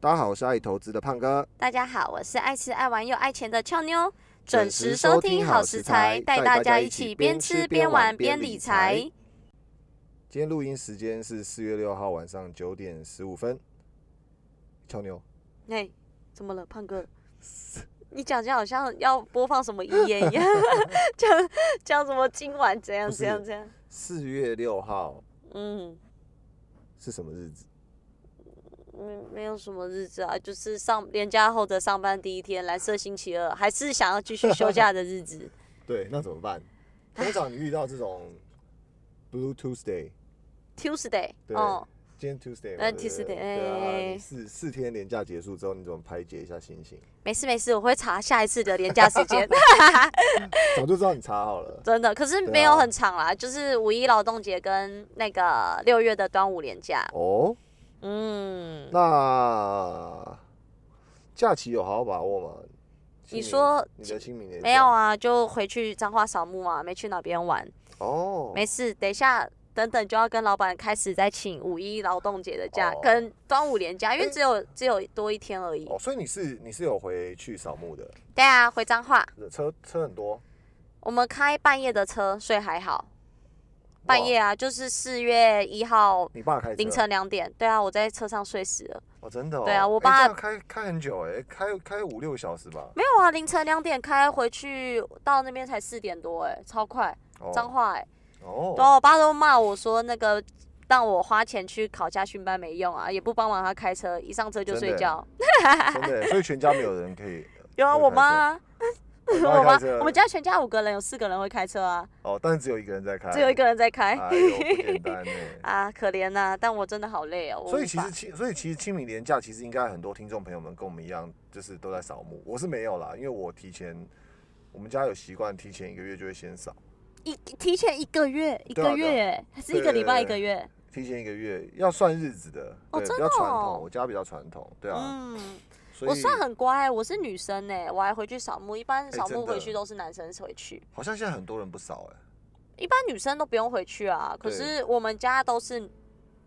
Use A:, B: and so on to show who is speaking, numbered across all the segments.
A: 大家好，我是爱投资的胖哥，
B: 大家好，我是爱吃爱玩又爱钱的俏妞，
A: 准
B: 准
A: 时
B: 时
A: 收
B: 收
A: 听
B: 听
A: 好
B: 好
A: 食
B: 食
A: 材
B: 材，
A: 带
B: 带
A: 大
B: 大
A: 家
B: 家
A: 一
B: 一
A: 起
B: 起
A: 边
B: 边
A: 吃边
B: 吃边
A: 玩
B: 玩
A: 边
B: 边
A: 理
B: 理
A: 财
B: 财。
A: 今天录音时间是四月六号晚上九点十五分。俏妞，
B: 哎，怎么了，胖哥？你讲讲好像要播放什么遗言 一样，讲讲什么今晚怎样
A: 不是
B: 怎样怎样。
A: 四月六号
B: 嗯，
A: 是什么日子？
B: 没没有什么日子啊，就是上连假后的上班第一天，蓝色星期二，还是想要继续休假的日 子。
A: 对，那怎么办？通常你遇到这种 Blue Tuesday，
B: Tuesday，
A: 对，
B: 哦，
A: 今天 Tuesday，嘛对
B: 嗯
A: 不对
B: Tuesday，
A: 对啊，
B: 哎
A: 你四四天连假结束之后，你怎么排解一下心情？
B: 没事没事，我会查下一次的连假时 间。
A: 早就知道你查好了。
B: 真的，可是
A: 对
B: 没有
A: 啊
B: 很长啦，就是五一劳动节跟那个六月的端午连假。
A: 哦，
B: 嗯，
A: 那假期有好好把握吗？清
B: 你
A: 明
B: 说
A: 你的清明年
B: 没有啊，就回去彰化扫墓啊，没去哪边玩，
A: 哦，
B: 没事，等一下。等等就要跟老板开始在请五一劳动节的假
A: 哦
B: 跟端午连假，因为
A: 哎
B: 只有只有多一天而已。
A: 哦，所以你是你是有回去扫墓的，
B: 对啊，回彰化，
A: 车车很多，
B: 我们开半夜的车，所以还好。半夜啊，就是四月一号
A: 你爸开车
B: 凌晨两点。对啊，我在车上睡死了。
A: 哦，真的、哦，
B: 对啊我
A: 诶
B: 爸
A: 这样开开很久哎、开开五六小时吧，
B: 没有啊，凌晨两点开回去，到那边才四点多、哎，超快，脏
A: 哦
B: 话哎、然
A: 哦，
B: 后我爸都骂我说那个让我花钱去考驾训班没用啊，也不帮忙他开车，一上车就
A: 欸
B: 睡觉。
A: 真的耶，所以全家没有人可 以
B: 有啊，
A: 会
B: 我
A: 开
B: 妈啊，
A: 车
B: 我
A: 开
B: 妈
A: 车，
B: 我们家全家五个人，有四个人会开车啊，
A: 哦，但是只有一个人在开，
B: 只有一个人在开。
A: 哎呦，不简单 哎。
B: 啊，可怜呐、但我真的好累哦。我
A: 所以
B: 无
A: 其
B: 法
A: 实清，所以其实清明年假其实应该很多听众朋友们跟我们一样，就是都在扫墓。我是没有啦，因为我提前，我们家有习惯提前一个月就会先扫，
B: 一提前一个月，一
A: 对啊
B: 个
A: 对
B: 月、哎，还是一个礼拜一个月？
A: 提前一个月要算日子的，
B: 哦
A: 对，
B: 真
A: 比
B: 的
A: 较传
B: 哦
A: 统，我家比较传统，对啊，
B: 嗯，
A: 所以哎
B: 我算很乖、我是女生哎、我还回去扫墓，一般扫
A: 真
B: 墓回
A: 的
B: 去都是男生回去。
A: 好像现在很多人不扫哎、
B: 一般女生都不用回去啊，可
A: 对
B: 是我们家都是，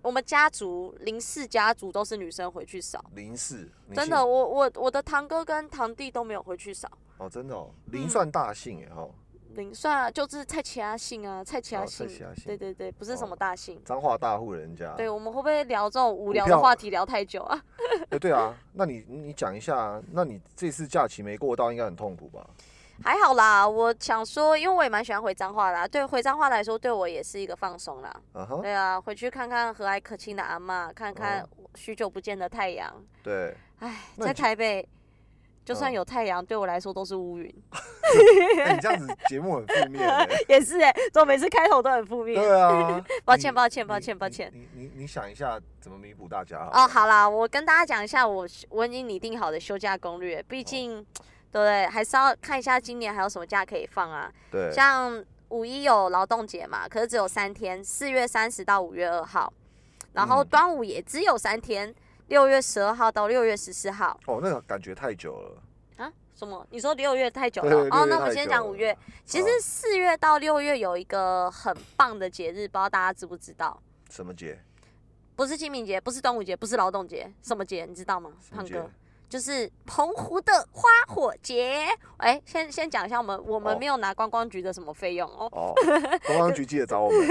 B: 我们家族林氏家族都是女生回去扫。
A: 零四，你
B: 真
A: 信
B: 的，哦我我我的堂哥跟堂弟都没有回去扫。
A: 哦，真的哦，
B: 嗯
A: 零算大姓哎哦，
B: 林算啊，就是蔡奇亚姓啊，蔡奇亚
A: 哦
B: 姓，
A: 蔡奇亚姓
B: 对对对，不是
A: 哦啊
B: 什么大姓。
A: 彰化大户人家，
B: 对，我们会不会聊这种无聊
A: 股
B: 的
A: 票
B: 话题聊太久啊？
A: 哎对啊，那你你讲一下啊，那你这次假期没过到，应该很痛苦吧？
B: 还好啦，我想说，因为我也蛮喜欢回彰化啊啦，对回彰化来说，对我也是一个放松啦。
A: 啊哈，
B: 对啊，回去看看和蔼可亲的阿嬷，看
A: 哦
B: 看许久不见的太阳，
A: 对，
B: 唉，
A: 那
B: 在
A: 你就
B: 台北，就算
A: 嗯
B: 有太阳，对我来说都是乌云。
A: 哎你这样子节目很负面哎、
B: 也是哎、欸，我每次开头都很负面。
A: 对啊，
B: 抱
A: 你
B: 歉，抱歉，
A: 你
B: 抱歉，抱
A: 你
B: 歉。
A: 你你你想一下怎么弥补大家
B: 哦，
A: 了，
B: 好啦，我跟大家讲一下我我已经拟定好的休假攻略，
A: 哦
B: 毕竟、对不对，还是要看一下今年还有什么假可以放啊。
A: 对，
B: 像五一有劳动节嘛，可是只有三天，四月三十到五月二号，然后
A: 嗯
B: 端午也只有三天，六月十二号到六月十四号。
A: 哦，那个感觉太久了，
B: 啊？什么？你说六月太久
A: 对
B: 了？
A: 六月
B: 哦，那我
A: 太
B: 先
A: 久
B: 讲
A: 了
B: 五月。其
A: 好
B: 实四月到六月有一个很棒的节日，不知道大家知不知道？
A: 什么节？
B: 不是清明节，不是端午节，不是劳动节，什么节你知道吗？
A: 什么
B: 胖
A: 节
B: 哥，就是澎湖的花火节。哎、先先讲一下，我们我们
A: 哦
B: 没有拿观光局的什么费用 哦。
A: 哦，公安局记得找我们，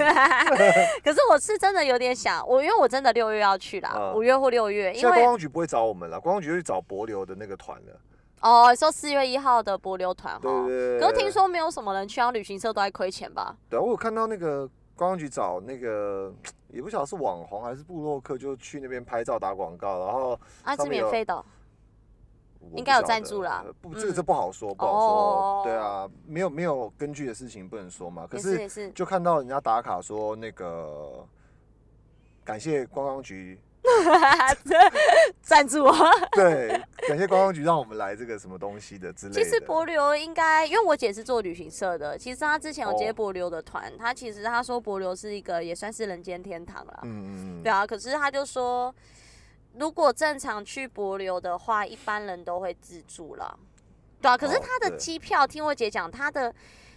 B: 可是我是真的有点想，我因为我真的六月要去啦，
A: 嗯
B: 五、月或六月，
A: 现
B: 因
A: 在公
B: 为
A: 安局不会找我们了，公安局就去找博流的那个团了，
B: 哦，说四月一号的柏流团
A: 对
B: 哈
A: 对。对。
B: 可是
A: 对
B: 听说没有什么人去，然后旅行社都在亏钱吧？
A: 对啊，我有看到那个公安局找那个，也不晓得是网红还是部落客，就去那边拍照打广告，然后
B: 啊，
A: 上
B: 是
A: 面有
B: 免费的哦、
A: 我不
B: 应该有
A: 晓
B: 赞
A: 得
B: 助啦
A: 呃不，这个
B: 嗯
A: 这不好说，不好说。对啊，
B: 哦
A: 没有没有根据的事情不能说嘛。可
B: 也是
A: 是
B: 也是。
A: 就看到人家打卡说那个，感谢观光局，
B: 赞助我。
A: 对，感谢观光局让我们来这个什么东西的之类的。
B: 其实博流应该，因为我姐是做旅行社的，其实她之前有
A: 哦
B: 接博流的团，她其实她说博流是一个也算是人间天堂啦。
A: 嗯，嗯嗯
B: 对啊，可是她就说，如果正常去博流的话，一般人都会自助啦。对啊，可是
A: 哦
B: 她的
A: 对
B: 机票，听我姐讲，她的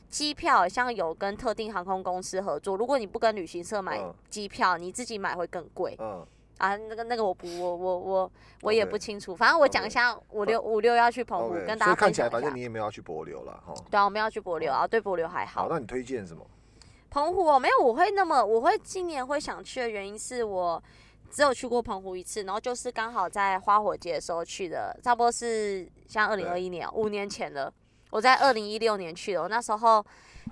B: 机票好像有跟特定航空公司合作，如果你不跟旅行社买
A: 嗯
B: 机票，你自己买会更贵。
A: 嗯，
B: 啊，那个那个我不，我我我我也
A: OK
B: 不清楚。反正我讲一下五六五六要去澎湖
A: OK，
B: 跟
A: 所
B: 大家
A: 以看
B: 分
A: 起
B: 享
A: 来
B: 一下
A: 反。正你也没有要去博流了哈。
B: 对啊，我们要去柏流啊，对柏流还好
A: 好，。那你推荐什么？
B: 澎湖哦，没有，我会那么，我会今年会想去的原因是我只有去过澎湖一次，然后就是刚好在花火节的时候去的，差不多是像二零二一年哦五年前了。我在二零一六年去的，我那时候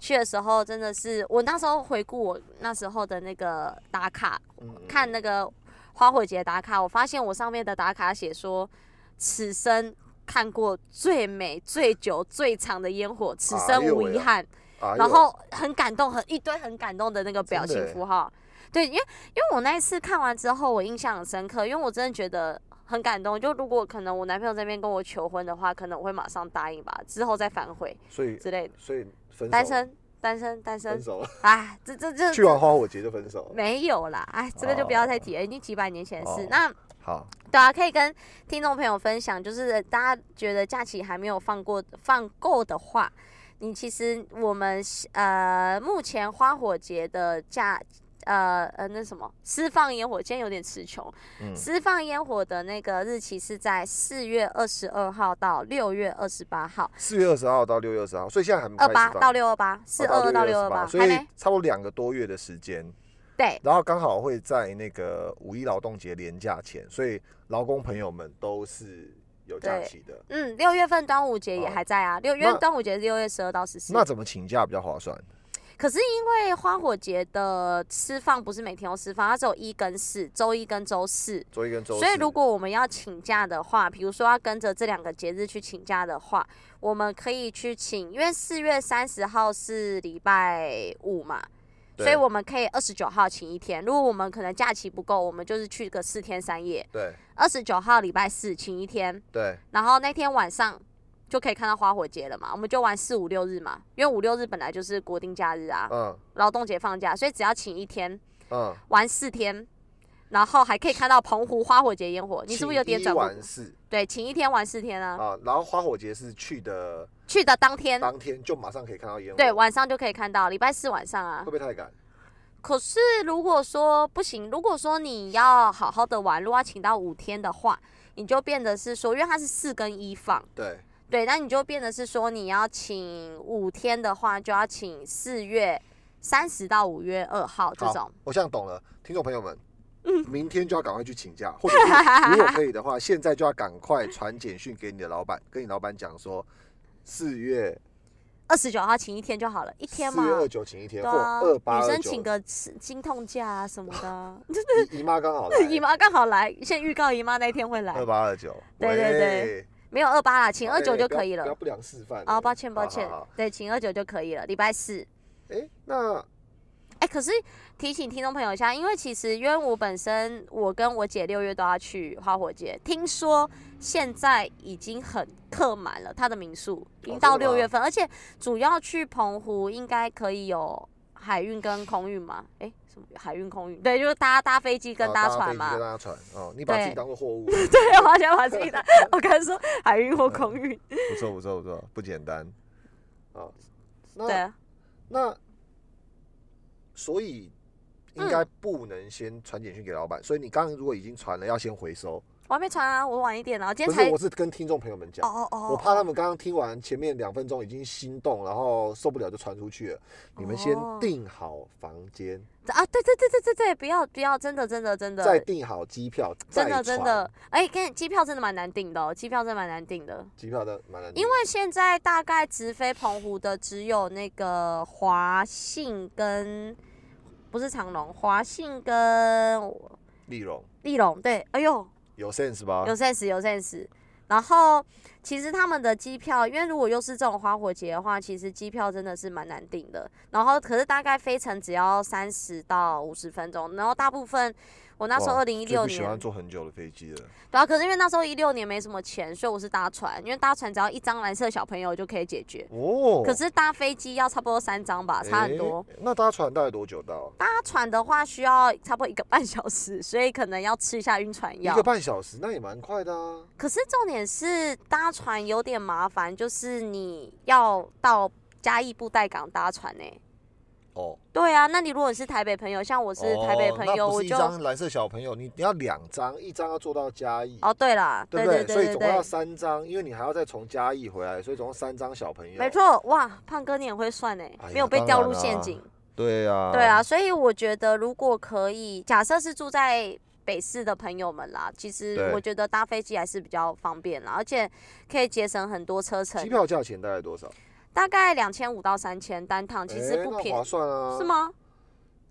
B: 去的时候真的是，我那时候回顾我那时候的那个打卡，
A: 嗯，
B: 看那个花火节打卡，我发现我上面的打卡写说，此生看过最美、最久、最长的烟火，此
A: 哎
B: 生
A: 呦
B: 无
A: 喂
B: 遗
A: 啊
B: 憾。
A: 哎呦
B: 然后很感动，很一堆很感动的那个表
A: 真
B: 情
A: 的欸
B: 符号。对，因为因为我那一次看完之后，我印象很深刻，因为我真的觉得很感动。就如果可能我男朋友这边跟我求婚的话，可能我会马上答应吧，之后再反悔
A: 所以
B: 之类的。
A: 所以分手
B: 单身，单身，单身
A: 分，手了，
B: 哎，这这这
A: 去啊完花火节就分手了。
B: 没有啦，哎，这个就不要再提了，已经几百年前的事。
A: 哦
B: 那
A: 好，
B: 对啊，可以跟听众朋友分享，就是大家觉得假期还没有放过放够的话，你其实我们呃目前花火节的假呃呃那什么释放烟火，今天有点词穷，
A: 嗯
B: 释放烟火的那个日期是在四月二十二号到六月二十八号，
A: 四月二十号到六月二十号，所以现在还没
B: 二
A: 开始
B: 八
A: 放
B: 到六二八，四二
A: 哦
B: 二到六二
A: 628
B: 八，
A: 所
B: 还
A: 以
B: 没
A: 差不多两个多月的时间，
B: 对
A: 然后刚好会在那个五一劳动节连假前，所以劳工朋友们都是有假
B: 对
A: 期的。
B: 嗯，六月份端午节也
A: 哦
B: 还在啊，六因为
A: 那
B: 端午节是六月十二到十四。
A: 那怎么请假比较划算？
B: 可是因为花火节的释放不是每天都释放，它只有一跟四，周一跟周四。
A: 周一跟周四，
B: 所以如果我们要请假的话，比如说要跟着这两个节日去请假的话，我们可以去请，因为四月三十号是礼拜五嘛，
A: 对
B: 所以我们可以二十九号请一天。如果我们可能假期不够，我们就是去个四天三夜，
A: 对
B: 二十九号礼拜四请一天，
A: 对
B: 然后那天晚上就可以看到花火节了嘛，我们就玩四五六日嘛，因为五六日本来就是国定假日啊。
A: 嗯
B: 劳动节放假，所以只要请一天，
A: 嗯，
B: 玩四天，然后还可以看到澎湖花火节烟火。你是不是有点
A: 请一
B: 转不？
A: 晚四
B: 对，请一天玩四天啊，
A: 啊？然后花火节是去的
B: 去的当天，
A: 当天就马上可以看到烟火，
B: 对，晚上就可以看到，礼拜四晚上啊
A: 会不。会太赶？
B: 可是如果说不行，如果说你要好好的玩，如果要请到五天的话，你就变得是说，因为它是四跟一放，
A: 对，
B: 对，那你就变得是说，你要请五天的话，就要请四月三十到五月二号这
A: 好
B: 种。
A: 我现在懂了，听众朋友们。
B: 嗯
A: 明天就要赶快去请假，或者是如果可以的话，现在就要赶快传简讯给你的老板，跟你老板讲说，四月
B: 二十九号请一天就好了，一天嘛。
A: 四月二九请一天，
B: 对
A: 或
B: 啊，
A: 二八
B: 女
A: 二
B: 生请
A: 九，
B: 个吃经痛假啊什么的啊，
A: 姨妈刚好
B: 姨妈刚好来，先预告姨妈那一天会来
A: 二，八二九，
B: 对对对
A: 喂，
B: 没有二八啦，请
A: 好
B: 二九
A: 哎
B: 就
A: 不要
B: 可以
A: 不要
B: 了。
A: 不良示范
B: 哦，
A: 哎
B: 抱歉抱
A: 好好
B: 歉
A: 好，
B: 对，请二九就可以了，礼拜四。
A: 哎，那
B: 哎，可是提醒听众朋友一下，因为其实因为我本身我跟我姐六月都要去花火节，听说现在已经很客满了，她的民宿已经
A: 哦
B: 到
A: 真的
B: 六
A: 吗
B: 月份，而且主要去澎湖应该可以有海运跟空运嘛？哎，什么海运空运？对，就是搭搭飞机跟
A: 好
B: 搭
A: 哦搭
B: 船
A: 飞机
B: 嘛
A: 跟。搭船哦，你把自己
B: 对
A: 当做货物，
B: 对，我好想把自 己的，我刚才说海运或空运，
A: 不错不错不错，不简单啊。
B: 对
A: 那
B: 啊，
A: 那所以应该不能先传简讯给老板，所以你刚刚如果已经传了，要先回收。
B: 我还没传啊，我晚一点啊，今
A: 不
B: 天
A: 是
B: 才，
A: 我
B: 哦
A: 是跟听众朋友们讲。
B: 哦哦，
A: 我怕他们刚刚听完前面两分钟已经心动，然后受不了就传出去了。你们先
B: 哦
A: 订好房间，
B: 啊，对对对对对对，不要不要，真的真的真的，
A: 再订好机票，
B: 真
A: 再
B: 的真
A: 传
B: 的，哎，跟机票真的蛮难订的哦，机票真的蛮难订的，
A: 机票的蛮难订的，
B: 因为现在大概直飞澎湖的只有那个华信跟不是长龙，华信跟
A: 丽蓉
B: 立龙，对，哎呦，
A: 有 sense 吧
B: 有？sense 有 sense。然后其实他们的机票，因为如果又是这种花火节的话，其实机票真的是蛮难订的。然后可是大概飞程只要三十到五十分钟，然后大部分我那时候
A: 哇
B: 二零一
A: 最
B: 六
A: 不喜欢
B: 年，
A: 坐很久的飞机了。
B: 对啊，可是因为那时候一六年没什么钱，所以我是搭船，因为搭船只要一张蓝色小朋友就可以解决。
A: 哦，
B: 可是搭飞机要差不多三张吧，啊差很
A: 诶
B: 多。。
A: 那搭船大概多久到？
B: 搭船的话需要差不多一个半小时，所以可能要吃一下晕船
A: 一
B: 药
A: 个。半小时，那也蛮快的啊。
B: 可是重点是搭船有点麻烦，就是你要到嘉义布袋港搭船呢、欸
A: 哦，
B: 对啊，那你如果是台北朋友，像我是台北
A: 哦
B: 朋
A: 那
B: 友，
A: 不
B: 我
A: 是一
B: 就
A: 张蓝色小朋友，你你要两张，一张要做到嘉义，
B: 哦，对啦，
A: 对不
B: 对
A: 所以
B: 对
A: 总共要
B: 对，
A: 三张，因为你还要再从嘉义回来，所以总共三张小朋友。
B: 没，错，哇，胖哥你很会算哎
A: 哎，呀
B: 没有被
A: 当
B: 掉
A: 然
B: 入陷
A: 啦
B: 阱。
A: 对啊，
B: 对啊，，所以我觉得如果可以，假设是住在北市的朋友们啦，其实
A: 对
B: 我觉得搭飞机还是比较方便啦，而且可以节省很多车
A: 机
B: 程，
A: 票价钱大概多少？
B: 大概两千五到三千单趟，其实
A: 哎
B: 不
A: 那
B: 便
A: 划
B: 宜，
A: 算啊，
B: 是？吗？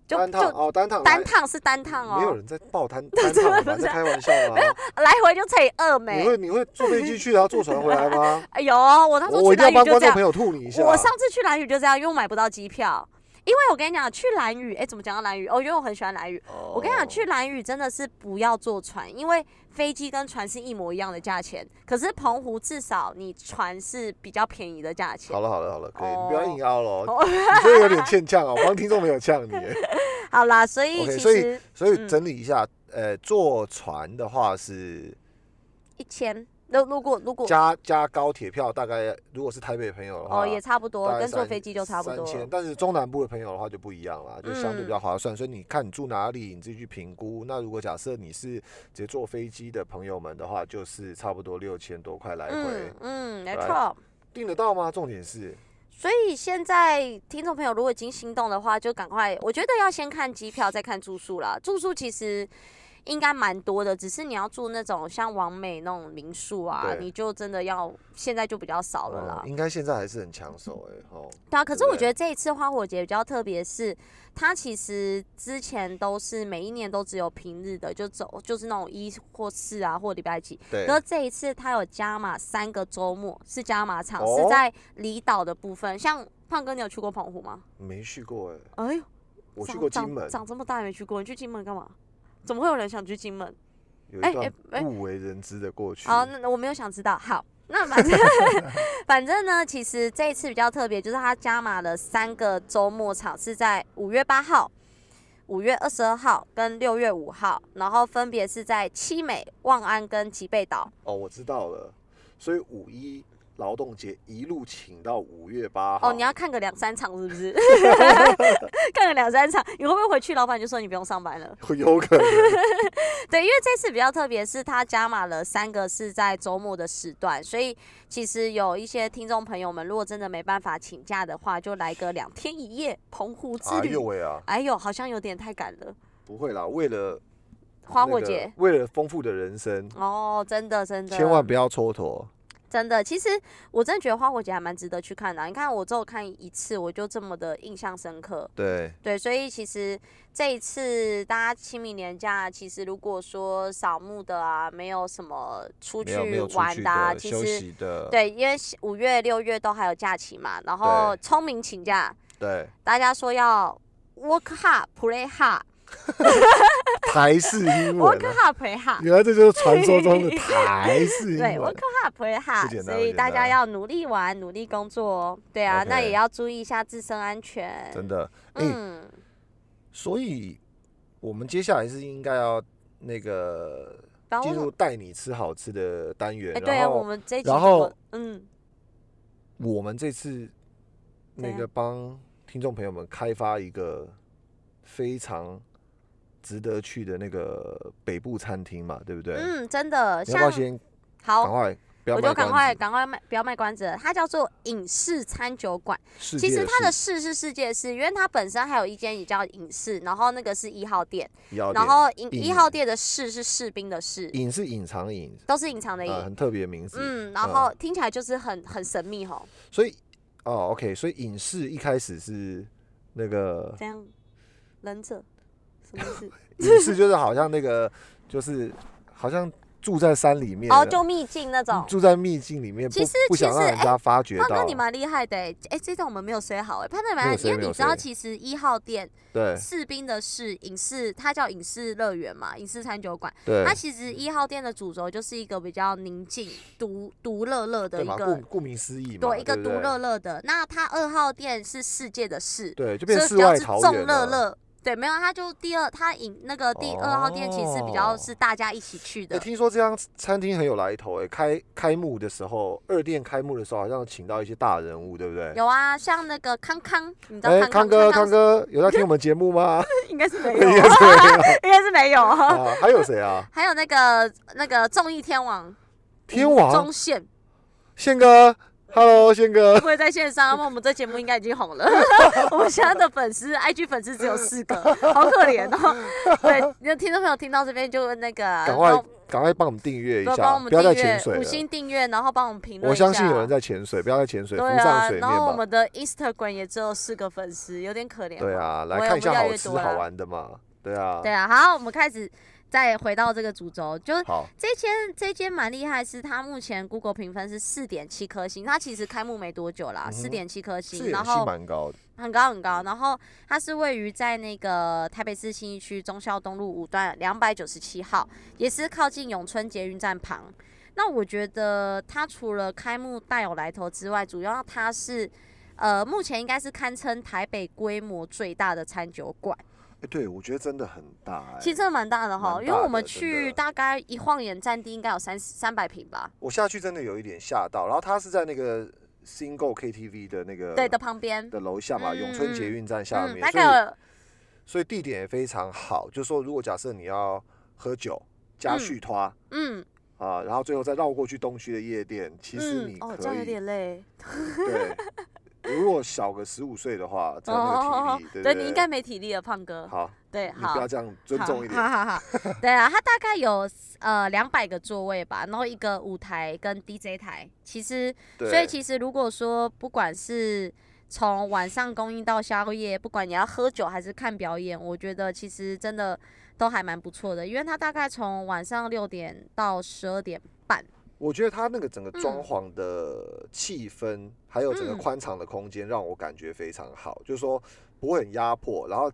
B: 就
A: 单趟
B: 就
A: 哦，单趟
B: 单
A: 来
B: 趟是单趟
A: 没有
B: 哦，
A: 人在报 单单趟
B: 不
A: 吧，
B: 是
A: 在开玩笑吗？
B: 来回就乘以二
A: 你
B: 没。
A: 会你会坐飞机去，然后坐船回来吗？
B: 哎呦，我那时
A: 我
B: 候
A: 我一
B: 去
A: 定要
B: 蓝
A: 帮
B: 屿就
A: 观众
B: 这样
A: 朋，友吐你一下。啊
B: 我上次去蓝屿就这样，因为我买不到机票。因为我跟你讲，去蓝屿，哎、怎么讲到蓝屿？哦，因为我很喜欢蓝屿，我跟你讲，
A: 哦
B: 去兰屿真的是不要坐船，因为飞机跟船是一模一样的价钱。可是澎湖至少你船是比较便宜的价钱。
A: 好了好了好了，可以，
B: 哦
A: 你不要硬凹了
B: 哦
A: 哦，你这有点欠呛哦，帮听众朋友呛 你。
B: 好啦，所以
A: OK，
B: 其
A: 所以
B: 实
A: 所以整理一下，呃，坐船的话是
B: 一千，如如果如果
A: 加加高铁票，大概如果是台北朋友的话，
B: 哦也差不
A: 大
B: 多，
A: 概
B: 跟坐
A: 三
B: 飞机就差不
A: 三。
B: 多
A: 千，但是中南部的朋友的话就不一样啦，就相对比较划算。所以你看你住哪里，你自己去评估。那如果假设你是直接坐飞机的朋友们的话，就是差不多六千多块来回
B: 嗯，嗯，没
A: 来
B: 错。
A: 订得到吗？重点是
B: 所以现在听众朋友如果已经心动的话，就赶快，我觉得要先看机票，再看住宿啦。住宿其实应该蛮多的，只是你要住那种像完美那种民宿啊，
A: 对
B: 你就真的要现在就比较少了啦
A: 哦。应该现在还是很抢手哎、哦，
B: 对啊，可是
A: 对不
B: 我
A: 对
B: 觉得这一次花火节比较特别，是它其实之前都是每一年都只有平日的，就走就是那种一或四啊，或礼拜几。
A: 对
B: 可是这一次它有加码三个周末，是加码场，
A: 哦
B: 是在离岛的部分。像胖哥，你有去过澎湖吗？
A: 没去过哎、
B: 哎呦，
A: 我去
B: 长
A: 过
B: 长
A: 金门，
B: 长这么大也没去过，你去金门干嘛？怎么会有人想去金门？
A: 有
B: 哎
A: 一段
B: 哎哎
A: 不为人知的过去。
B: 好，那我没有想知道。好，那反 正反正呢，其实这一次比较特别，就是它加码了三个周末场，是在五月八号、五月二十二号跟六月五号，然后分别是在七美、望安跟吉贝岛。
A: 哦，我知道了，所以五一劳动节一路请到五月八号。
B: 哦，你要看个两三场是不 是？看个两三场，你会不会回去？老板就说你不用上班了。
A: 有可能，
B: 对，因为这次比较特别，是它加码了三个是在周末的时段，所以其实有一些听众朋友们，如果真的没办法请假的话，就来个两天一夜澎湖之
A: 哎
B: 旅
A: 呦。喂啊，
B: 哎呦，好像有点太赶了，
A: 不会啦，为了
B: 花
A: 那
B: 火
A: 个
B: 节。
A: 为了丰富的人生，
B: 哦，真的真的，
A: 千万不要蹉跎。
B: 真的，其实我真的觉得花火节还蛮值得去看的啊、你看我只有看一次，我就这么的印象深刻。
A: 对，
B: 对，所以其实这一次大家清明年假，其实如果说扫墓的啊，没有什么出
A: 没有没
B: 去
A: 有出
B: 玩
A: 去
B: 的啊，
A: 的，
B: 其
A: 休
B: 实
A: 息的，
B: 对，因为是五月、六月都还有假期嘛，然后
A: 对
B: 聪明请假，
A: 对，
B: 大家说要 work hard, play hard,
A: 台式 英
B: work
A: 文啊，
B: hard, play hard。
A: 原来这就是传说中 的台式英
B: 对
A: 文
B: ，work。hard, play
A: 不简
B: hard，
A: 单
B: 所以
A: 不
B: 大
A: 简
B: 家
A: 单
B: 要努力玩，努力工作哦。对啊那也
A: OK
B: 要注意一下自身安全。
A: 真的，哎、
B: 嗯，
A: 所以我们接下来是应该要那个
B: 然后
A: 进入
B: 我，
A: 带你吃好吃的单元
B: 哎，，对啊，
A: 然
B: 我
A: 后
B: 们这一集
A: 然
B: 怎么
A: 后
B: 嗯，
A: 我们这次那
B: 怎
A: 个
B: 样
A: 帮听众朋友们开发一个非常值得去的那个北部餐厅嘛，对不对？
B: 嗯，真的，
A: 你要不要
B: 像
A: 先赶
B: 好，
A: 快？不要
B: 我
A: 卖
B: 就赶
A: 关
B: 快
A: 子
B: 赶快卖，不要卖关子了。它叫做影视餐酒馆。
A: 世
B: 其
A: 界
B: 实它
A: 事
B: 的市是世界市，因为它本身还有一间也叫影视，然后那个是一号店，
A: 要
B: 然
A: 点
B: 后影
A: 影
B: 一号店的市是士兵的士，
A: 隐是隐藏隐，
B: 都是隐藏的
A: 呃，
B: 隐。
A: 很特别的名字。
B: 嗯，然后听起来就是很很神秘吼，
A: 所以哦，OK，所以影视一开始是那 个
B: 这样忍者什么意 思？
A: 影视，就是好像那个就是好像住在山里面的，
B: 哦，就秘境那种。
A: 住在秘境里面，
B: 其
A: 不
B: 实
A: 不想
B: 其实
A: 让人家发觉
B: 胖
A: 到哦
B: 哥，。你蛮厉害的哎、哎、这段我们没有水好哎、胖哥
A: 没
B: 你蛮
A: 有
B: 厉害，因
A: 水
B: 为
A: 没
B: 你
A: 有
B: 知道，
A: 水
B: 其实一号店
A: 对
B: 士兵的士影视，它叫影视乐园嘛，影视餐酒馆。
A: 对
B: 它，其实一号店的主轴就是一个比较宁静、独独乐乐的
A: 对
B: 一
A: 嘛，顾
B: 个，
A: 顾名思义嘛，
B: 对一个
A: 不
B: 独乐乐的。那它二号店是世界的世，
A: 对，就
B: 所
A: 变
B: 以
A: 世
B: 比较
A: 外
B: 是
A: 桃
B: 众
A: 源
B: 乐
A: 了。
B: 乐，对，没有，他就第二，他引那个第二号店其实比较是大家一起去
A: 哦哎、
B: 的，
A: 听说这家餐厅很有来头、哎，开开幕的时候，二店开幕的时候好像请到一些大人物，对不对？
B: 有啊，像那个康康，你知道
A: 哎、
B: 康
A: 康
B: 康
A: 哥，康哥有在听我们节目 吗？
B: 应该是 没
A: 应
B: 有，
A: 该是没有
B: 应该是没有啊。
A: 啊。还有谁啊？
B: 还有那个那个综艺天王
A: 天王
B: 中宪，
A: 宪哥，Hello，宪哥
B: 不。会在线上，那么我们这节目应该已经红了。 我们现在的粉丝，IG 粉丝只有四个，好可怜哦。对，那听众朋友听到这边就啊那个，
A: 赶快
B: 然后
A: 赶快帮我们订阅一
B: 对帮
A: 下，
B: 我们
A: 不要再潜
B: 订
A: 水
B: 阅，
A: 了
B: 五。星订阅，然后帮我们评论。
A: 我相信有人。在潜水，不要再潜水，浮
B: 对
A: 上
B: 啊，
A: 水面
B: 然后我
A: 吧。
B: 们的 Instagram 也只有四个粉丝，有点可怜。
A: 对，啊，来
B: 我也
A: 看一下
B: 我们越来
A: 好
B: 越
A: 吃
B: 多
A: 好
B: 了
A: 玩的嘛。对啊，
B: 对啊。好，我们开始再回到这个主轴，就是
A: 好，
B: 这间这间蛮厉害，是它目前 Google 评分是四点七颗星，它其实开幕没多久啦，
A: 嗯哼
B: 四点七颗
A: 这
B: 星，
A: 也
B: 然
A: 是
B: 后
A: 蛮高的。
B: 很高很高，然后它是位于在那个台北市信义区忠孝东路五段两百九十七号，也是靠近永春捷运站旁。那我觉得它除了开幕大有来头之外，主要它是呃目前应该是堪称台北规模最大的餐酒馆。
A: 哎，对，我觉得真的很大。欸
B: 其实真的蛮大的哈，
A: 哎蛮
B: 因为我
A: 大
B: 们
A: 的真
B: 去
A: 的
B: 大概一晃眼占地应该有三三百平吧，
A: 我下去真的有一点吓到。然后他是在那个 Single KTV 的那个
B: 对的旁边，
A: 的楼下嘛，
B: 嗯
A: 永春捷运站呃下面，
B: 大
A: 所
B: 概
A: 以
B: 有
A: 所以地点也非常好。就是说，如果假设你要喝酒加
B: 嗯
A: 续团
B: 嗯
A: 啊，然后最后再绕过去东区的夜店，其实
B: 嗯
A: 你
B: 哦，
A: 可
B: 这样有
A: 以
B: 点累
A: 对， 如果小个十五岁的话，才有那
B: 哦
A: 个 体力。，
B: 对
A: 不
B: 你应该没体力了，胖哥，
A: 好，
B: 对，
A: 你
B: 好，
A: 不要这样，尊重一点
B: 好。好好好，对啊，它大概有呃两百个座位吧，然后一个舞台跟 DJ 台。其实，
A: 对，
B: 所以其实如果说不管是从晚上供应到宵夜，不管你要喝酒还是看表演，我觉得其实真的都还蛮不错的，因为它大概从晚上六点到十二点半。
A: 我觉得它那个整个装
B: 嗯
A: 潢的气氛，还有整个
B: 嗯
A: 宽敞的空间，让我感觉非常好，就是说不会很压迫，然后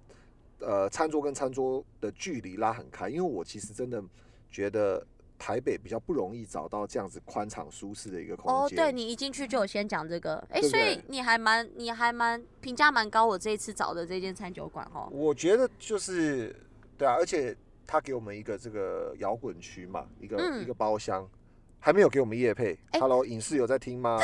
A: 呃，餐桌跟餐桌的距离拉很开，因为我其实真的觉得。台北比较不容易找到这样子宽敞舒适的一个空
B: 哦，
A: 间。
B: 对你一进去就有先讲这个，
A: 对
B: 哎、
A: 不
B: 所以
A: 对
B: 你还蛮你还蛮评价蛮高，我这一次找的这间餐酒馆哦，
A: 我觉得就是对啊，而且他给我们一个这个摇滚区嘛，一个、
B: 嗯
A: 一个包厢，还没有给我们夜配。
B: 哎
A: Hello，影视有在听 吗？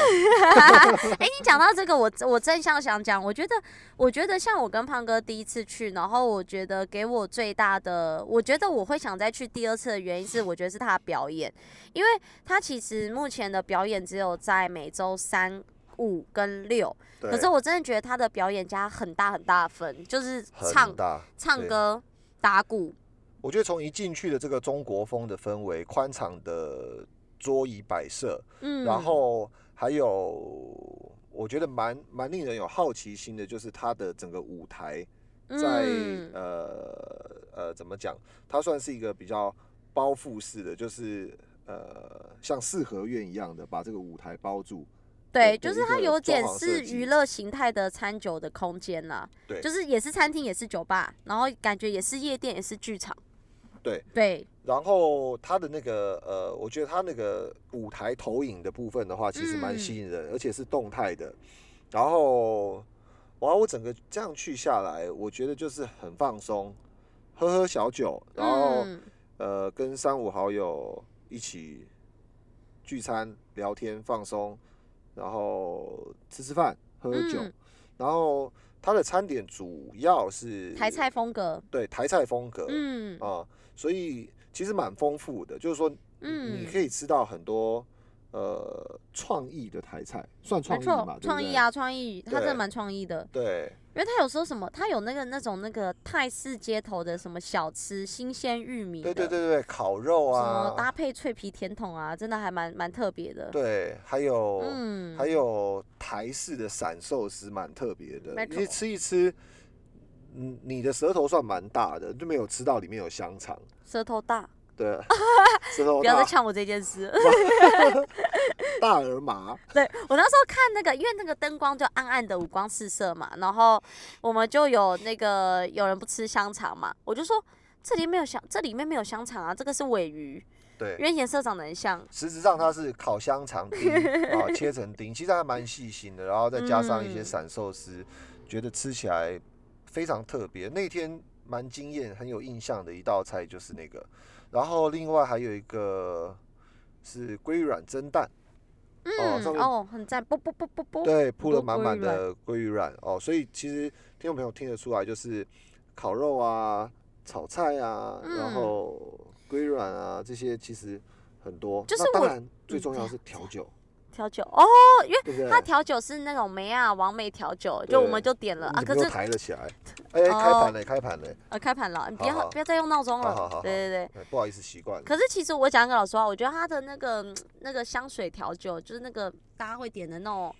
B: 哎、你讲到这个，我我正想想讲，我觉得，我觉得像我跟胖哥第一次去，然后我觉得给我最大的，我觉得我会想再去第二次的原因是，我觉得是他的表演，因为他其实目前的表演只有在每周三、五跟六，
A: 对，
B: 可是我真的觉得他的表演加很大很大的分，就是唱
A: 很大。
B: 唱
A: 对
B: 歌、打鼓，
A: 我觉得从一进去的这个中国风的氛围，宽敞的桌椅摆设，
B: 嗯，
A: 然后还有我觉得蛮蛮令人有好奇心的，就是它的整个舞台在、
B: 嗯
A: 呃呃怎么讲，它算是一个比较包覆式的，就是呃像四合院一样的把这个舞台包住。
B: 对，
A: 的
B: 就
A: 的
B: 是
A: 一
B: 它
A: 个
B: 有
A: 装
B: 点
A: 潢
B: 是
A: 设计
B: 娱乐形态的餐酒的空间啦，
A: 对
B: 就是也是餐厅，也是酒吧，然后感觉也是夜店，也是剧场，
A: 对
B: 对，
A: 然后它的那个呃，我觉得它那个舞台投影的部分的话，其实蛮
B: 嗯
A: 吸引人，而且是动态的。然后，哇，我整个这样去下来，我觉得就是很放松，喝喝小酒，然后、
B: 嗯、
A: 呃，跟三五好友一起聚餐、聊天、放松，然后吃吃饭、喝喝酒。
B: 嗯
A: 然后它的餐点主要是
B: 台菜，风格，
A: 对台菜风格，
B: 嗯
A: 啊、所以其实蛮丰富的，就是说，
B: 嗯
A: 你可以吃到很多呃创意的台菜，算创
B: 没
A: 意
B: 错
A: 嘛，，对不
B: 创
A: 对
B: 意，啊，创意，它真的
A: 对
B: 蛮创意的，
A: 对
B: 因为它有时候什么，它有那个那种那个泰式街头的什么小吃，新鲜玉米的，
A: 对对对对，烤肉
B: 什么搭
A: 啊，
B: 配脆皮甜筒啊，真的还蛮蛮特别的，
A: 对，还有、
B: 嗯，
A: 还有台式的散寿司，蛮特别的
B: 没，
A: 你
B: 错
A: 吃一吃。嗯，你的舌头算蛮大的，就没有吃到里面有香肠，
B: 舌头大，
A: 对，舌头
B: 不要再
A: 大，
B: 呛我这件事。
A: 大而 麻，
B: 对我那时候看那个，因为那个灯光就暗暗的五光四射嘛，然后我们就有那个有人不吃香肠嘛，我就说这里没有香，这里面没有香肠啊，这个是尾鱼，因
A: 对，
B: 为颜色长得很像。
A: 实质上它是烤香肠 丁啊，切成丁，其实还蛮细心的，然后再加上一些
B: 嗯
A: 散寿司，觉得吃起来非常特别。那天蛮惊艳、很有印象的一道菜就是那个。然后另外还有一个是龟软蒸蛋，哦
B: 嗯
A: 上面
B: 哦，很赞，啵啵啵啵啵，
A: 对，铺了
B: 哦多
A: 满
B: 鲑
A: 满
B: 鱼卵
A: 的鲑鱼卵哦，所以其实听众朋友听得出来，就是烤肉啊、炒菜啊，然
B: 嗯
A: 后鲑鱼卵啊这些其实很多。
B: 就是
A: 那当
B: 我
A: 然最
B: 嗯
A: 重
B: 这
A: 要
B: 样
A: 是调酒，
B: 调酒哦，因为
A: 对不对？
B: 它调酒是那种梅亚王美调酒，就我们就点了啊，
A: 嗯你
B: 可
A: 怎么又
B: 是
A: 抬了起 来？哎，开
B: 哦
A: 盘嘞，开盘嘞，
B: 呃开盘了，你不
A: 好
B: 要
A: 好
B: 不要再用闹钟
A: 好好好
B: 了
A: 好，
B: 对对对。
A: 哎不好意思，习惯了。
B: 可是其实我讲个老实话，我觉得它的那个嗯那个香水调酒，就是那个大家会点的那种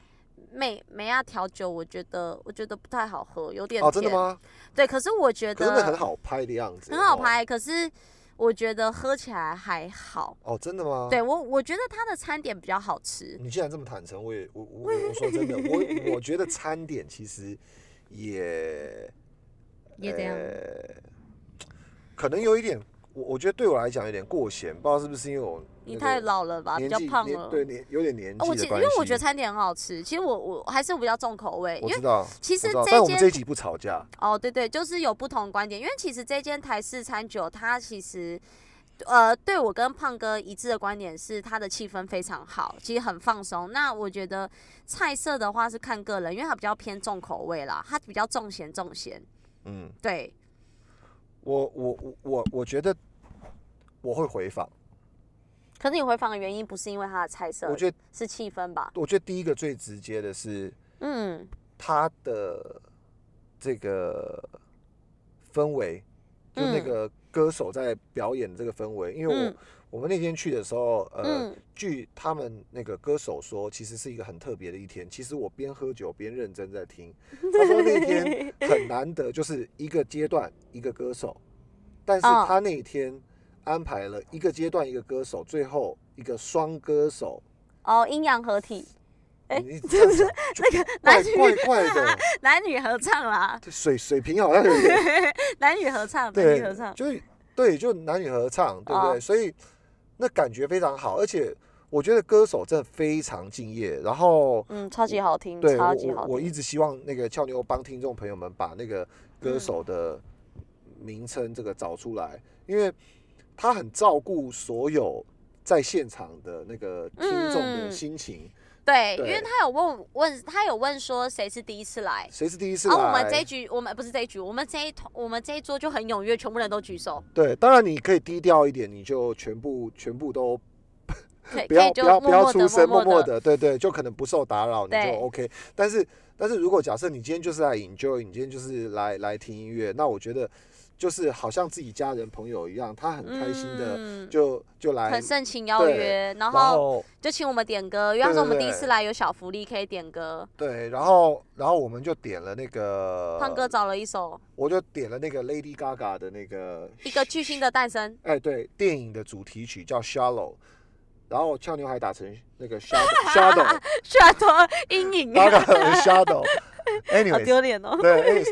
B: 梅梅亚调酒，我觉得我觉得不太好喝，有点甜。
A: 哦，真的？吗？
B: 对，可是我觉
A: 可
B: 得
A: 是那很好拍的样子，
B: 很好
A: 哦。
B: 拍，可是我觉得喝起来还好。
A: 哦，真的吗？
B: 对我，我觉得它的餐点比较好吃。
A: 你既然这么坦诚，我也我我我说 真的，我我觉得餐点其实也
B: 也这样
A: 呃可能有一点，我我觉得对我来讲有点过咸，不知道是不是因为我
B: 你
A: 呃那
B: 太
A: 个
B: 老了吧，比
A: 年
B: 较
A: 纪
B: 胖
A: 年
B: 了。
A: 对年有点年
B: 哦
A: 纪
B: 我
A: 的
B: 记，因
A: 关系。
B: 为我觉得餐点很好吃。其实我我还是比较重口味，因
A: 我
B: 为
A: 知道，
B: 其
A: 我
B: 实
A: 知道
B: 这
A: 但
B: 一
A: 我们
B: 间
A: 这一集不吵架，
B: 哦，对对，就是有不同观点，因为其实这间台式餐酒，它其实，呃，对我跟胖哥一致的观点是，它的气氛非常好，其实很放松。那我觉得菜色的话是看个人，因为它比较偏重口味啦，它比较重咸重咸。
A: 嗯，
B: 对，
A: 我我我我我觉得我会回访，
B: 可是你回访的原因不是因为它的菜色，
A: 我觉得
B: 是气氛吧？
A: 我觉得第一个最直接的是
B: 嗯，
A: 它的这个氛围，就那
B: 嗯
A: 个歌手在表演的这个氛围，因为我、
B: 嗯
A: 我们那天去的时候，呃，
B: 嗯
A: 据他们那个歌手说，其实是一个很特别的一天。其实我边喝酒边认真在 听，他说那天很难得，就是一个阶段一个歌手，但是
B: 哦
A: 他那一天安排了一个阶段一个歌手，最后一个双歌手。
B: 哦，阴阳合体，哎
A: 你这样讲
B: 男
A: 就
B: 女
A: 怪怪怪的，
B: 男女合唱啦，
A: 这水水平好像有点
B: 男女合唱，男
A: 对，
B: 女合唱，
A: 就是对，就男女合唱，对不对？
B: 哦
A: 所以那感觉非常好，而且我觉得歌手真的非常敬业。然后，
B: 嗯，超级好听，
A: 对
B: 超
A: 我
B: 级
A: 我
B: 好
A: 我一
B: 听。
A: 直希望那个俏妞帮听众朋友们把那个
B: 嗯
A: 歌手的名称这个找出来，因为他很照顾所有在现场的那个听众的
B: 嗯
A: 心情。
B: 对，因
A: 对
B: 为他有问问，他有问说谁是第一次来，
A: 谁是第一次
B: 然
A: 来？
B: 啊后我们这一局，我们不是这一局，我们这一团，我们这一桌就很踊跃，全部人都举手，
A: 对，当然你可以低调一点，你就全部全部都
B: 可以
A: 不
B: 可
A: 要
B: 以
A: 不
B: 就
A: 要
B: 默
A: 不要
B: 默
A: 出
B: 的
A: 声，
B: 默
A: 默
B: 的，
A: 的，对对，就可能不受打扰，你嗯就
B: 对
A: OK。但是但是如果假设你今天就是来 enjoy，你今天就是来来听音乐，那我觉得就是好像自己家人朋友一样，他很开心的、
B: 嗯，
A: 就就来
B: 很，盛情邀
A: 对
B: 约，然
A: 然
B: 后
A: 后
B: 就请我们点歌，因为他说我们
A: 对对
B: 第一
A: 对
B: 次来有小福利可以点歌，
A: 对，然后然后我们就点了那个
B: 胖哥，找了一首
A: 我就点了那个 Lady Gaga 的那个
B: 一个巨星的诞生，
A: 哎，对，电影的主题曲叫 Shallow，然后俏妞还打成那个 Shadow Shadow
B: 虽然说 阴影啊，
A: Gaga 的 Shadow。
B: 好
A: Anyway，
B: 丢脸 哦，
A: 对，哎、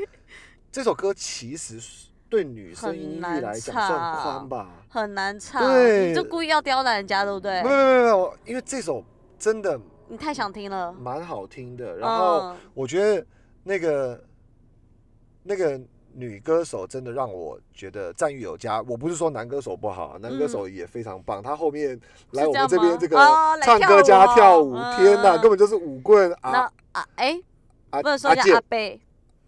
A: 这首歌其实是对女生
B: 很
A: 音域
B: 难
A: 来讲
B: 唱
A: 算宽吧？
B: 很难唱，
A: 对
B: 你就故意要刁难人家，对不对
A: 没有？没有没有没有，因为这首真的
B: 你太想听了，
A: 蛮好听的，然后
B: 嗯
A: 我觉得那个那个女歌手真的让我觉得赞誉有加。我不是说男歌手不好啊，男歌手也非常棒，他后面来
B: 嗯是
A: 我
B: 这
A: 们这边
B: 样吗
A: 这个
B: 哦来
A: 唱
B: 跳
A: 歌
B: 舞
A: 加
B: 哦
A: 跳舞，
B: 嗯
A: 天哪，
B: 嗯
A: 根本就是舞棍啊
B: 那啊哎。
A: 啊
B: 不能说
A: 啊
B: 人家
A: 姐
B: 阿贝，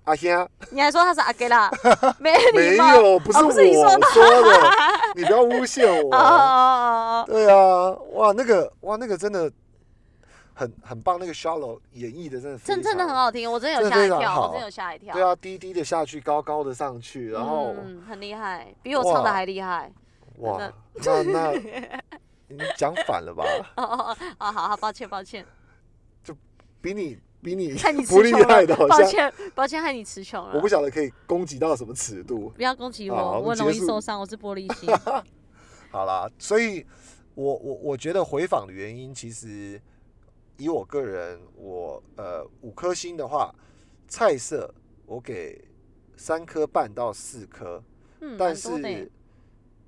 A: 啊兄。
B: 你还说他是阿给啦，没
A: 没
B: 礼貌。
A: 有，不是
B: 哦
A: 我
B: 不是你说的
A: 的，你不要诬陷
B: 哦哦
A: 我。
B: 哦哦哦，
A: 对啊，哇，那个哇，那个真的很很棒，那个 shallow 演绎的真的非
B: 真真的
A: 常
B: 很。好听，我真的有
A: 真的
B: 吓
A: 非
B: 一
A: 常
B: 跳，
A: 好
B: 我真的有吓一跳。
A: 对啊，低低的下去，高高的上去，然后、
B: 嗯，很厉害，比我唱的
A: 哇
B: 还厉害。
A: 哇，那那你讲反了吧？
B: 哦哦哦哦，好好，抱歉抱歉，
A: 比你比你
B: 害你
A: 不
B: 词
A: 厉
B: 穷
A: 害
B: 了
A: 的，好，
B: 抱
A: 像
B: 歉抱歉，害你词穷
A: 我
B: 了
A: 不。晓得可以攻击到什么尺度。
B: 不要攻击
A: 好
B: 我，
A: 我们
B: 我容易
A: 结束
B: 受伤，我是玻璃心。
A: 好啦，所以我我我觉得回访的原因，其实以我个人，我呃五颗星的话，菜色我给三颗半到四颗，
B: 嗯，
A: 但
B: 蛮多的耶
A: 是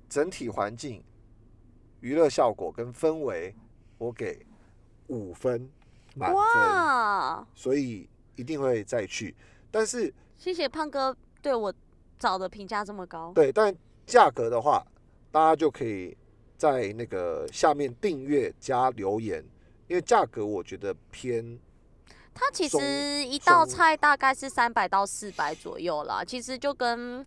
A: 整体环境、娱乐效果跟氛围，我给五分满分，
B: 哇，
A: 所以一定会再去。但是
B: 谢谢胖哥对我找的评价这么高。
A: 对，但价格的话，大家就可以在那个下面订阅加留言，因为价格我觉得偏
B: 它其
A: 中
B: 实一
A: 中
B: 道菜大概是三百到四百左右啦，其实就跟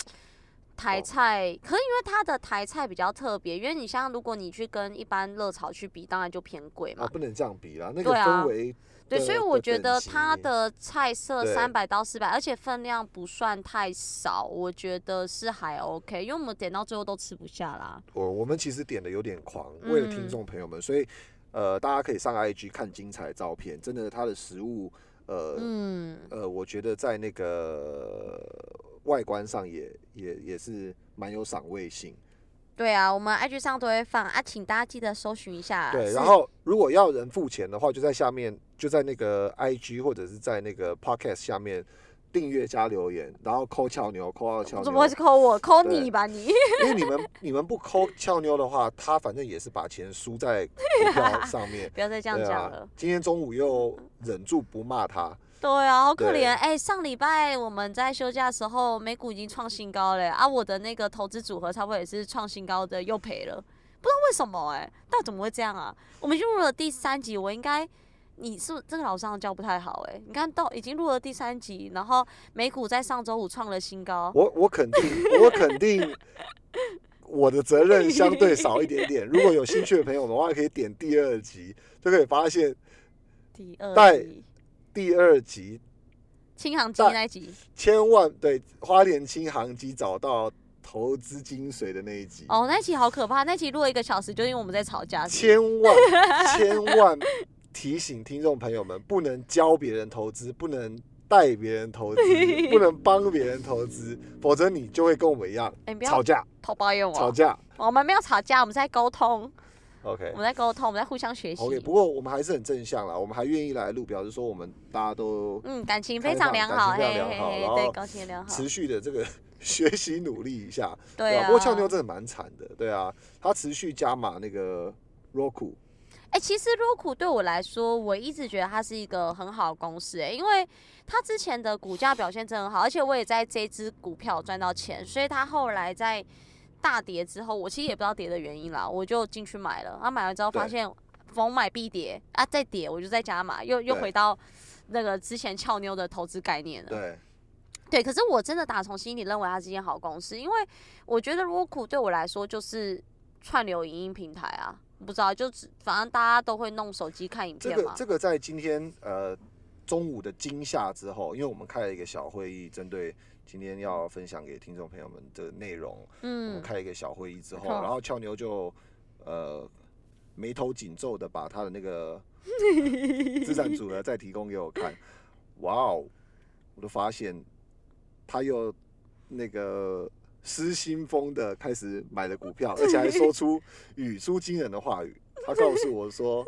B: 台
A: 哦
B: 菜，可是因为它的台菜比较特别，因为你像如果你去跟一般热炒去比，当然就偏贵嘛
A: 啊，。不能这样比啦，那个
B: 对啊
A: 氛围
B: 对，
A: 的
B: 所以我
A: 的
B: 觉
A: 等
B: 得
A: 级
B: 它的菜色
A: 对
B: 三百到四百，而且分量不算太少，我觉得是还 OK，因为我们点到最后都吃不下啦。
A: 我我们其实点的有点狂，为了听
B: 嗯
A: 众朋友们，所以呃，大家可以上 IG 看精彩的照片，真的它的食物，呃、
B: 嗯，
A: 呃，我觉得在那个外观上也也也是蛮有赏味性。
B: 对啊，我们 IG 上都会放啊，请大家记得搜寻一下。
A: 对，
B: 啊是
A: 然后如果要人付钱的话，就在下面，就在那个 IG 或者是在那个 Podcast 下面订阅加留言，然后抠俏牛，抠到俏
B: 怎么会
A: 牛
B: 是，扣我？扣
A: 对
B: 你 吧你。。
A: 因为你们你们不抠俏妞的话，他反正也是把钱输在股票上面
B: 不要 再这样
A: 对
B: 讲
A: 啊
B: 了。。
A: 今天中午又忍住不骂他，
B: 对啊，好可
A: 对
B: 怜。哎、上礼拜我们在休假的时候，美股已经创新高了、啊，我的那个投资组合差不多也是创新高的，又赔了，不知道为什么哎、到底怎么会这样啊？我们已经录了第三集，我应该。你是不是这个老上教不太好哎、你看到已经录了第三集，然后美股在上周五创了新高，
A: 我我肯定我肯定我的责任相对少一点点。如果有兴趣的朋友的话，可以点第二集，就可以发现
B: 第二
A: 带
B: 集
A: 第二集
B: 轻航机
A: 带
B: 那一集
A: 千万对花莲轻航机找到投资精髓的那一集，
B: 哦，那一集好可怕，那一集录了一个小时，就因为我们在吵架是不是
A: 千万千万提醒听众朋友们，不能教别人投资，不能。带别人投资，不能帮别人投资，否则你就会跟我们一样
B: 哎、你不
A: 吵
B: 要
A: 架，
B: 偷抱怨我，
A: 吵架。
B: 我们没有吵架，我们在沟通。
A: OK
B: 我。们在沟通，我们在互相学习。
A: OK，不过我们还是很正向啦，我们还愿意来录，表示说我们大家都
B: 嗯，感情非常良好，
A: 感情非常
B: 嘿
A: 良好
B: 嘿
A: 然
B: 嘿，
A: 后
B: 对，感情良好
A: 持，续的这个 学习努力一下，
B: 对
A: 吧？
B: 啊。
A: 不过俏妞真的蛮惨的，对啊，她持续加码那个 Roku，
B: 哎、其实 Roku 对我来说，我一直觉得它是一个很好的公司、哎，因为它之前的股价表现真的很好，而且我也在这只股票赚到钱，所以它后来在大跌之后，我其实也不知道跌的原因啦，我就进去买了。啊，买完之后发
A: 对
B: 现逢买必跌啊，再跌我就再加码，又又
A: 对
B: 回到那个之前俏妞的投资概念了。
A: 对，
B: 对，可是我真的打从心里认为它是一间好公司，因为我觉得 Roku 对我来说就是串流影音平台啊，不知道就只反正大家都会弄手机看影
A: 这
B: 片
A: 个
B: 嘛。
A: 这个在今天呃中午的惊吓之后，因为我们开了一个小会议，针对今天要分享给听众朋友们的内容，我们
B: 嗯，
A: 开了一个小会议之后，
B: 哦
A: 然后俏妞就呃眉头紧皱的把她的那个资产组合再提供给我看，哇哦，我都发现她又那个失心疯的开始买了股票，而且还说出语出惊人的话语，她告诉我说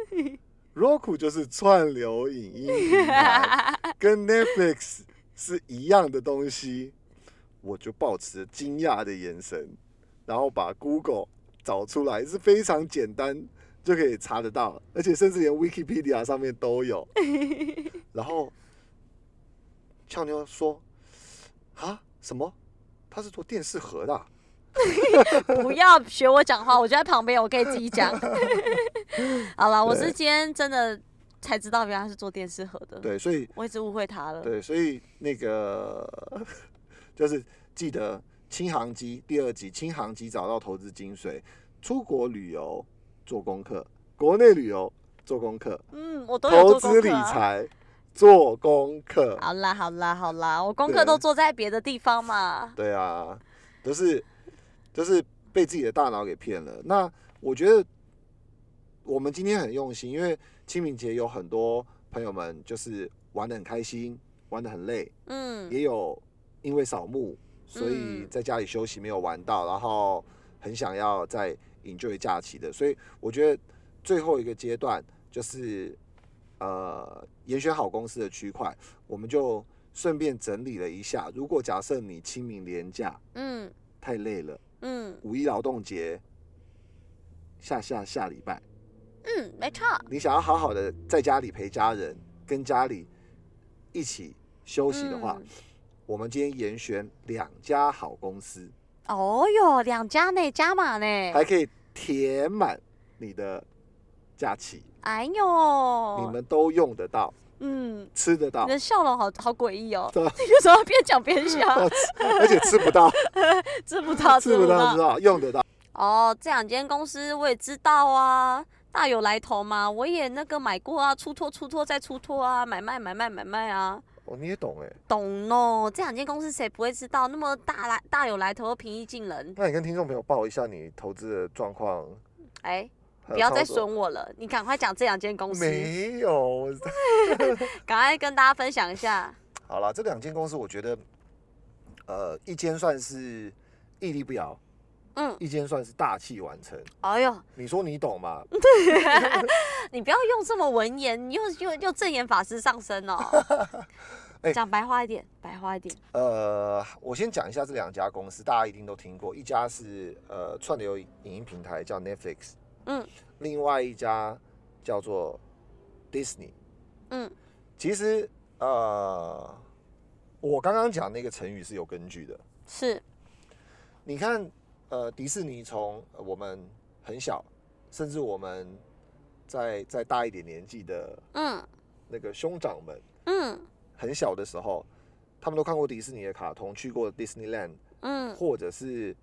A: ，Roku 就是串流影音平台，跟 Netflix 是一样的东西。我就抱持着惊讶的眼神，然后把 Google 找出来是非常简单就可以查得到，而且甚至连 Wikipedia 上面都 有。然后俏妞说：“啊，什么？他是做电视盒的啊、嗯
B: 不要学我讲话，我就在旁边，我可以自 己讲。好了，我是
A: 对
B: 今天真的才知道，原来他是做电视盒的。
A: 对，所以
B: 我一直误会他了。
A: 对，所以那个 就是记得轻航机第二集，轻航机找到投资精髓，出国旅游做功课，国内旅游做功课，
B: 嗯，我都有
A: 投
B: 做功
A: 资理
B: 课、啊。
A: 财做功课。
B: 好啦，好啦，好啦，我功
A: 对
B: 课都做在别的地方嘛。
A: 对啊，都是都是被自己的大脑给骗了。那我觉得我们今天很用心，因为清明节有很多朋友们就是玩的很开心，玩的很累，
B: 嗯，
A: 也有因为扫墓，所以
B: 嗯
A: 在家里休息没有玩到，然后很想要再 enjoy 假期的，所以我觉得最后一个阶段就是呃，严选好公司的区块，我们就顺便整理了一下。如果假设你清明连假
B: 嗯
A: 太累了，
B: 嗯
A: 五一劳动节下下下礼拜，
B: 嗯，没错。
A: 你想要好好的在家里陪家人，跟家里一起休息的话，
B: 嗯
A: 我们今天严选两家好公司，
B: 哦哟，两家呢，加码呢，
A: 还可以填满你的假期，
B: 哎
A: 你
B: 呦，
A: 们都用得到，
B: 嗯，
A: 吃得到
B: 你，的笑容好好诡异哦，
A: 对 啊
B: 为什么边讲边笑？
A: 哦而且吃不 到，
B: 知不到，
A: 吃不到，知道用得到。
B: 哦，这两间公司我也知道啊，大有来头嘛，我也那个买过啊，出脱出脱再出脱啊，买卖买卖买卖啊，
A: 哦，你也懂哎，
B: 懂哦。这两间公司谁不会知道？那么大来大有来头，又平易近人。
A: 那你跟听众朋友报一下你投资的状况，
B: 哎，
A: 还有
B: 不要再
A: 操作
B: 损我了，你赶快讲这两间公司，
A: 没有，我
B: 赶快跟大家分享一下。
A: 好了，这两间公司我觉得，呃，一间算是屹立不摇，
B: 嗯，
A: 一间算是大器晚成。
B: 哎呦，
A: 你说你懂吗？
B: 你不要用这么文言，你又又又正言法师上身哦。
A: 哎
B: 讲白话一点，白话一点。
A: 呃，我先讲一下这两家公司，大家一定都听过，一家是呃串流影音平台叫 Netflix，
B: 嗯，
A: 另外一家叫做 Disney。
B: 嗯，
A: 其实呃，我刚刚讲那个成语是有根据的。
B: 是，
A: 你看，呃，迪士尼从呃我们很小，甚至我们再再大一点年纪的
B: 嗯
A: 那个兄长们，
B: 嗯
A: 很小的时候，他们都看过迪士尼的卡通，去过 Disneyland，
B: 嗯
A: 或者是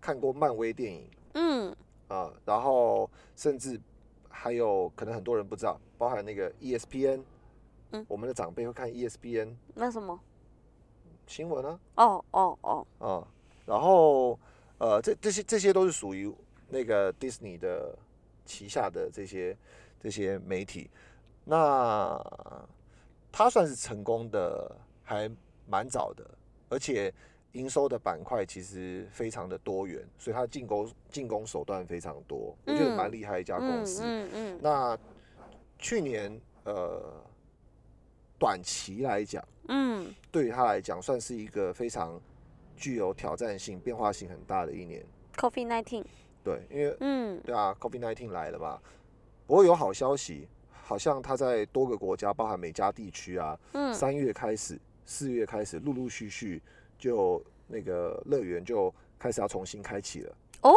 A: 看过漫威电影
B: 嗯，
A: 啊、然后甚至还有可能很多人不知道，包含那个 E ESPN，
B: 嗯
A: 我们的长辈会看 E ESPN
B: 那什么？
A: 新闻啊，
B: 哦哦哦，
A: 啊、然后呃，这这些这些都是属于那个 Disney 的旗下的这些这些媒体。那它算是成功的，还蛮早的，而且营收的板块其实非常的多元，所以它进攻进攻手段非常多，我觉得
B: 嗯
A: 蛮厉害一家公
B: 嗯
A: 司。
B: 嗯嗯
A: 那去年呃，短期来讲。
B: 嗯，
A: 对于他来讲算是一个非常具有挑战性、变化性很大的一年。
B: ，COVID nineteen，
A: 对，因为
B: 嗯
A: 对啊，COVID 1 9来了嘛。不过有好消息，好像他在多个国家，包含美加地区啊，
B: 嗯，
A: 三月开始、四月开始，陆陆续续就那个乐园就开始要重新开启了。
B: 哦，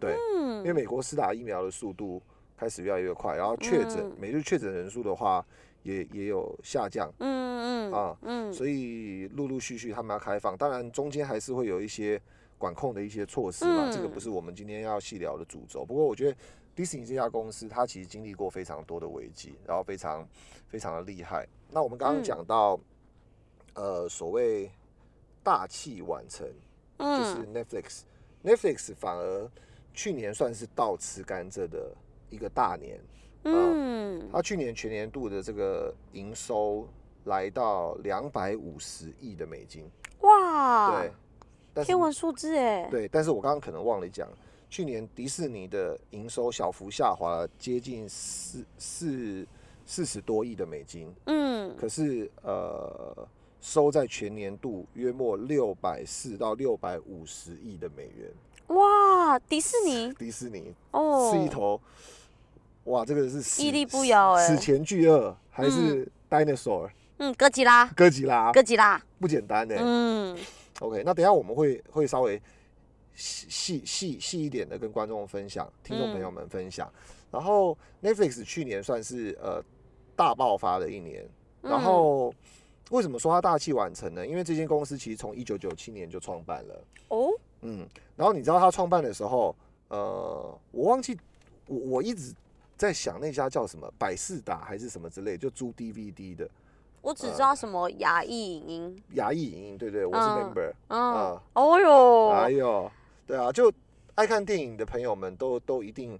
A: 对，因为
B: 嗯
A: 美国施打疫苗的速度开始越来越快，然后确诊、
B: 嗯
A: 每日确诊人数的话也也有下降。
B: 嗯嗯
A: 啊
B: 嗯，
A: 所以陆陆续续他们要开放，当然中间还是会有一些管控的一些措施嘛，
B: 嗯
A: 这个不是我们今天要细聊的主轴。不过我觉得迪士尼这家公司，它其实经历过非常多的危机，然后非常非常的厉害。那我们刚刚
B: 嗯
A: 讲到，呃，所谓大器晚成，
B: 嗯
A: 就是啊 Netflix，Netflix、Netflix 反而去年算是倒吃甘蔗的一个大年，
B: 嗯
A: 它去年全年度的这个营收来到两百五十亿的美金，
B: 哇
A: 对，，但是
B: 天文数字哎，
A: 对，但是我刚刚可能忘了讲，去年迪士尼的营收小幅下滑了接近四四四十多亿的美金，
B: 嗯
A: 可是呃，收在全年度约莫六百四到六百五十亿的美元，
B: 哇，迪士尼
A: 迪士尼
B: 哦
A: 是，一头，哇，这个是史
B: 屹立不摇欸
A: 史前巨鳄还是 dinosaur？、
B: 嗯，哥吉拉，
A: 哥吉拉啊
B: 哥吉拉，
A: 不简单呢、
B: 嗯
A: OK，那等一下我们会会稍微细细细细一点的跟观众分享、听众朋友们分享。
B: 嗯
A: 然后 Netflix 去年算是呃大爆发的一年，
B: 嗯
A: 然后。为什么说它大器晚成呢？因为这间公司其实从一九九七年就创办了，
B: 哦，
A: 嗯，然后你知道它创办的时候，呃，我忘记我我一直在想那家叫什么百事达还是什么之类，就租 DVD 的
B: 我
A: 嗯
B: 只知道什么牙医影音，
A: 牙医影音，对对，我是
B: 嗯
A: member，、
B: 嗯
A: 啊，
B: 哦
A: 哎
B: 哟，
A: 呦，对啊，就爱看电影的朋友们都都一定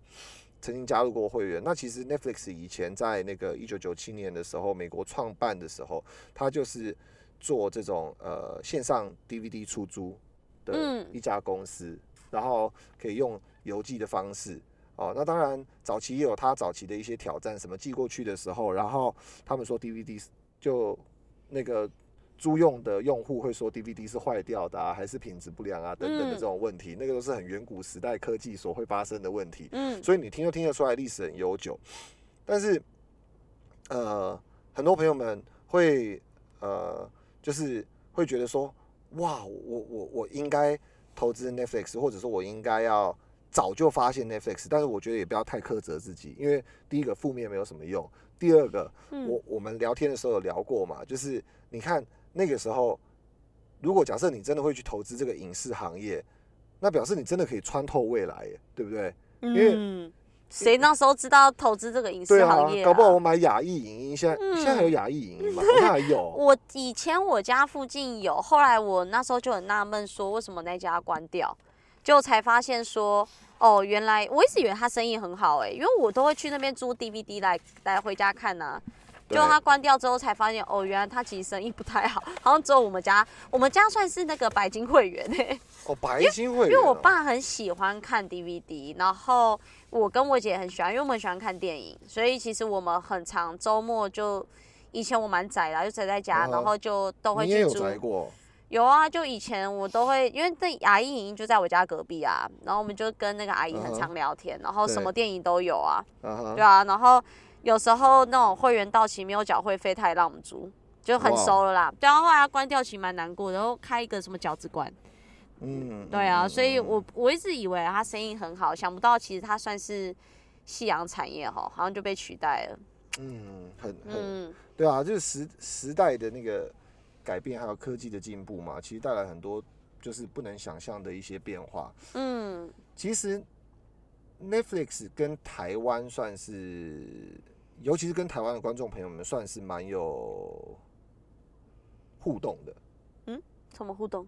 A: 曾经加入过会员。那其实 Netflix 以前在那个一九九七年的时候，美国创办的时候，它就是做这种呃线上 DVD 出租的
B: 嗯
A: 一家公司，然后可以用邮寄的方式。哦，那当然，早期也有它早期的一些挑战，什么寄过去的时候，然后他们说 DVD 是就那个租用的用户会说 DVD 是坏掉的啊，还是品质不良啊等等的
B: 嗯
A: 这种问题，那个都是很远古时代科技所会发生的问题。
B: 嗯
A: 所以你听就听得出来历史很悠久，但是呃，很多朋友们会呃，就是会觉得说哇，我我我应该投资 Netflix，或者说我应该要早就发现 Netflix，但是我觉得也不要太苛责自己，因为第一个负面没有什么用，第二个
B: 嗯，
A: 我我们聊天的时候有聊过嘛，就是你看那个时候，如果假设你真的会去投资这个影视行业，那表示你真的可以穿透未来耶，对不对？为
B: 嗯，谁那时候知道投资这个影
A: 对
B: 视
A: 啊
B: 行业、，
A: 搞不好我买亚艺影音，现在、
B: 嗯
A: 现在还有亚艺影 音吗？好像还有。
B: 我以前我家附近有，后来我那时候就很纳闷，说为什么那家关掉，就才发现说，哦，原来我一直以为他生意很好哎、因为我都会去那边租 DVD 来来回家看呐、就
A: 对
B: 他关掉之后才发现，哦，原来他其实生意不太好，好像只有我们家，我们家算是那个白金会员哎、
A: 哦，白金会员哦、
B: 因为我爸很喜欢看 DVD，然后我跟我姐很喜欢，因为我们很喜欢看电影，所以其实我们很常周末就，以前我蛮宅的啊，就宅在家，
A: 嗯哼
B: 然后就都会
A: 你也
B: 去
A: 有
B: 租。
A: 宅过
B: 有啊，就以前我都会，因为这阿姨影音就在我家隔壁啊，然后我们就跟那个阿姨
A: 嗯
B: 很
A: 哼
B: 常聊天，然后什
A: 对
B: 么电影都有啊，
A: 啊哈？
B: 对啊，然后有时候那种会员到期没有缴会费，他也让我们租，就很
A: 哇哦
B: 熟了啦。对啊，后来他关掉其实蛮难过的，然后开一个什么饺子馆。
A: 嗯，
B: 对啊，
A: 嗯
B: 所以
A: 嗯
B: 我我一直以为他生意很好，想不到其实他算是夕阳产业哈，好像就被取代了。
A: 嗯很很
B: 嗯，
A: 对啊，就是时时代的那个改变，还有科技的进步嘛，其实带来很多就是不能想象的一些变化。
B: 嗯，
A: 其实 Netflix 跟台湾算是，尤其是跟台湾的观众朋友们，算是蛮有互动的，
B: 什么互动？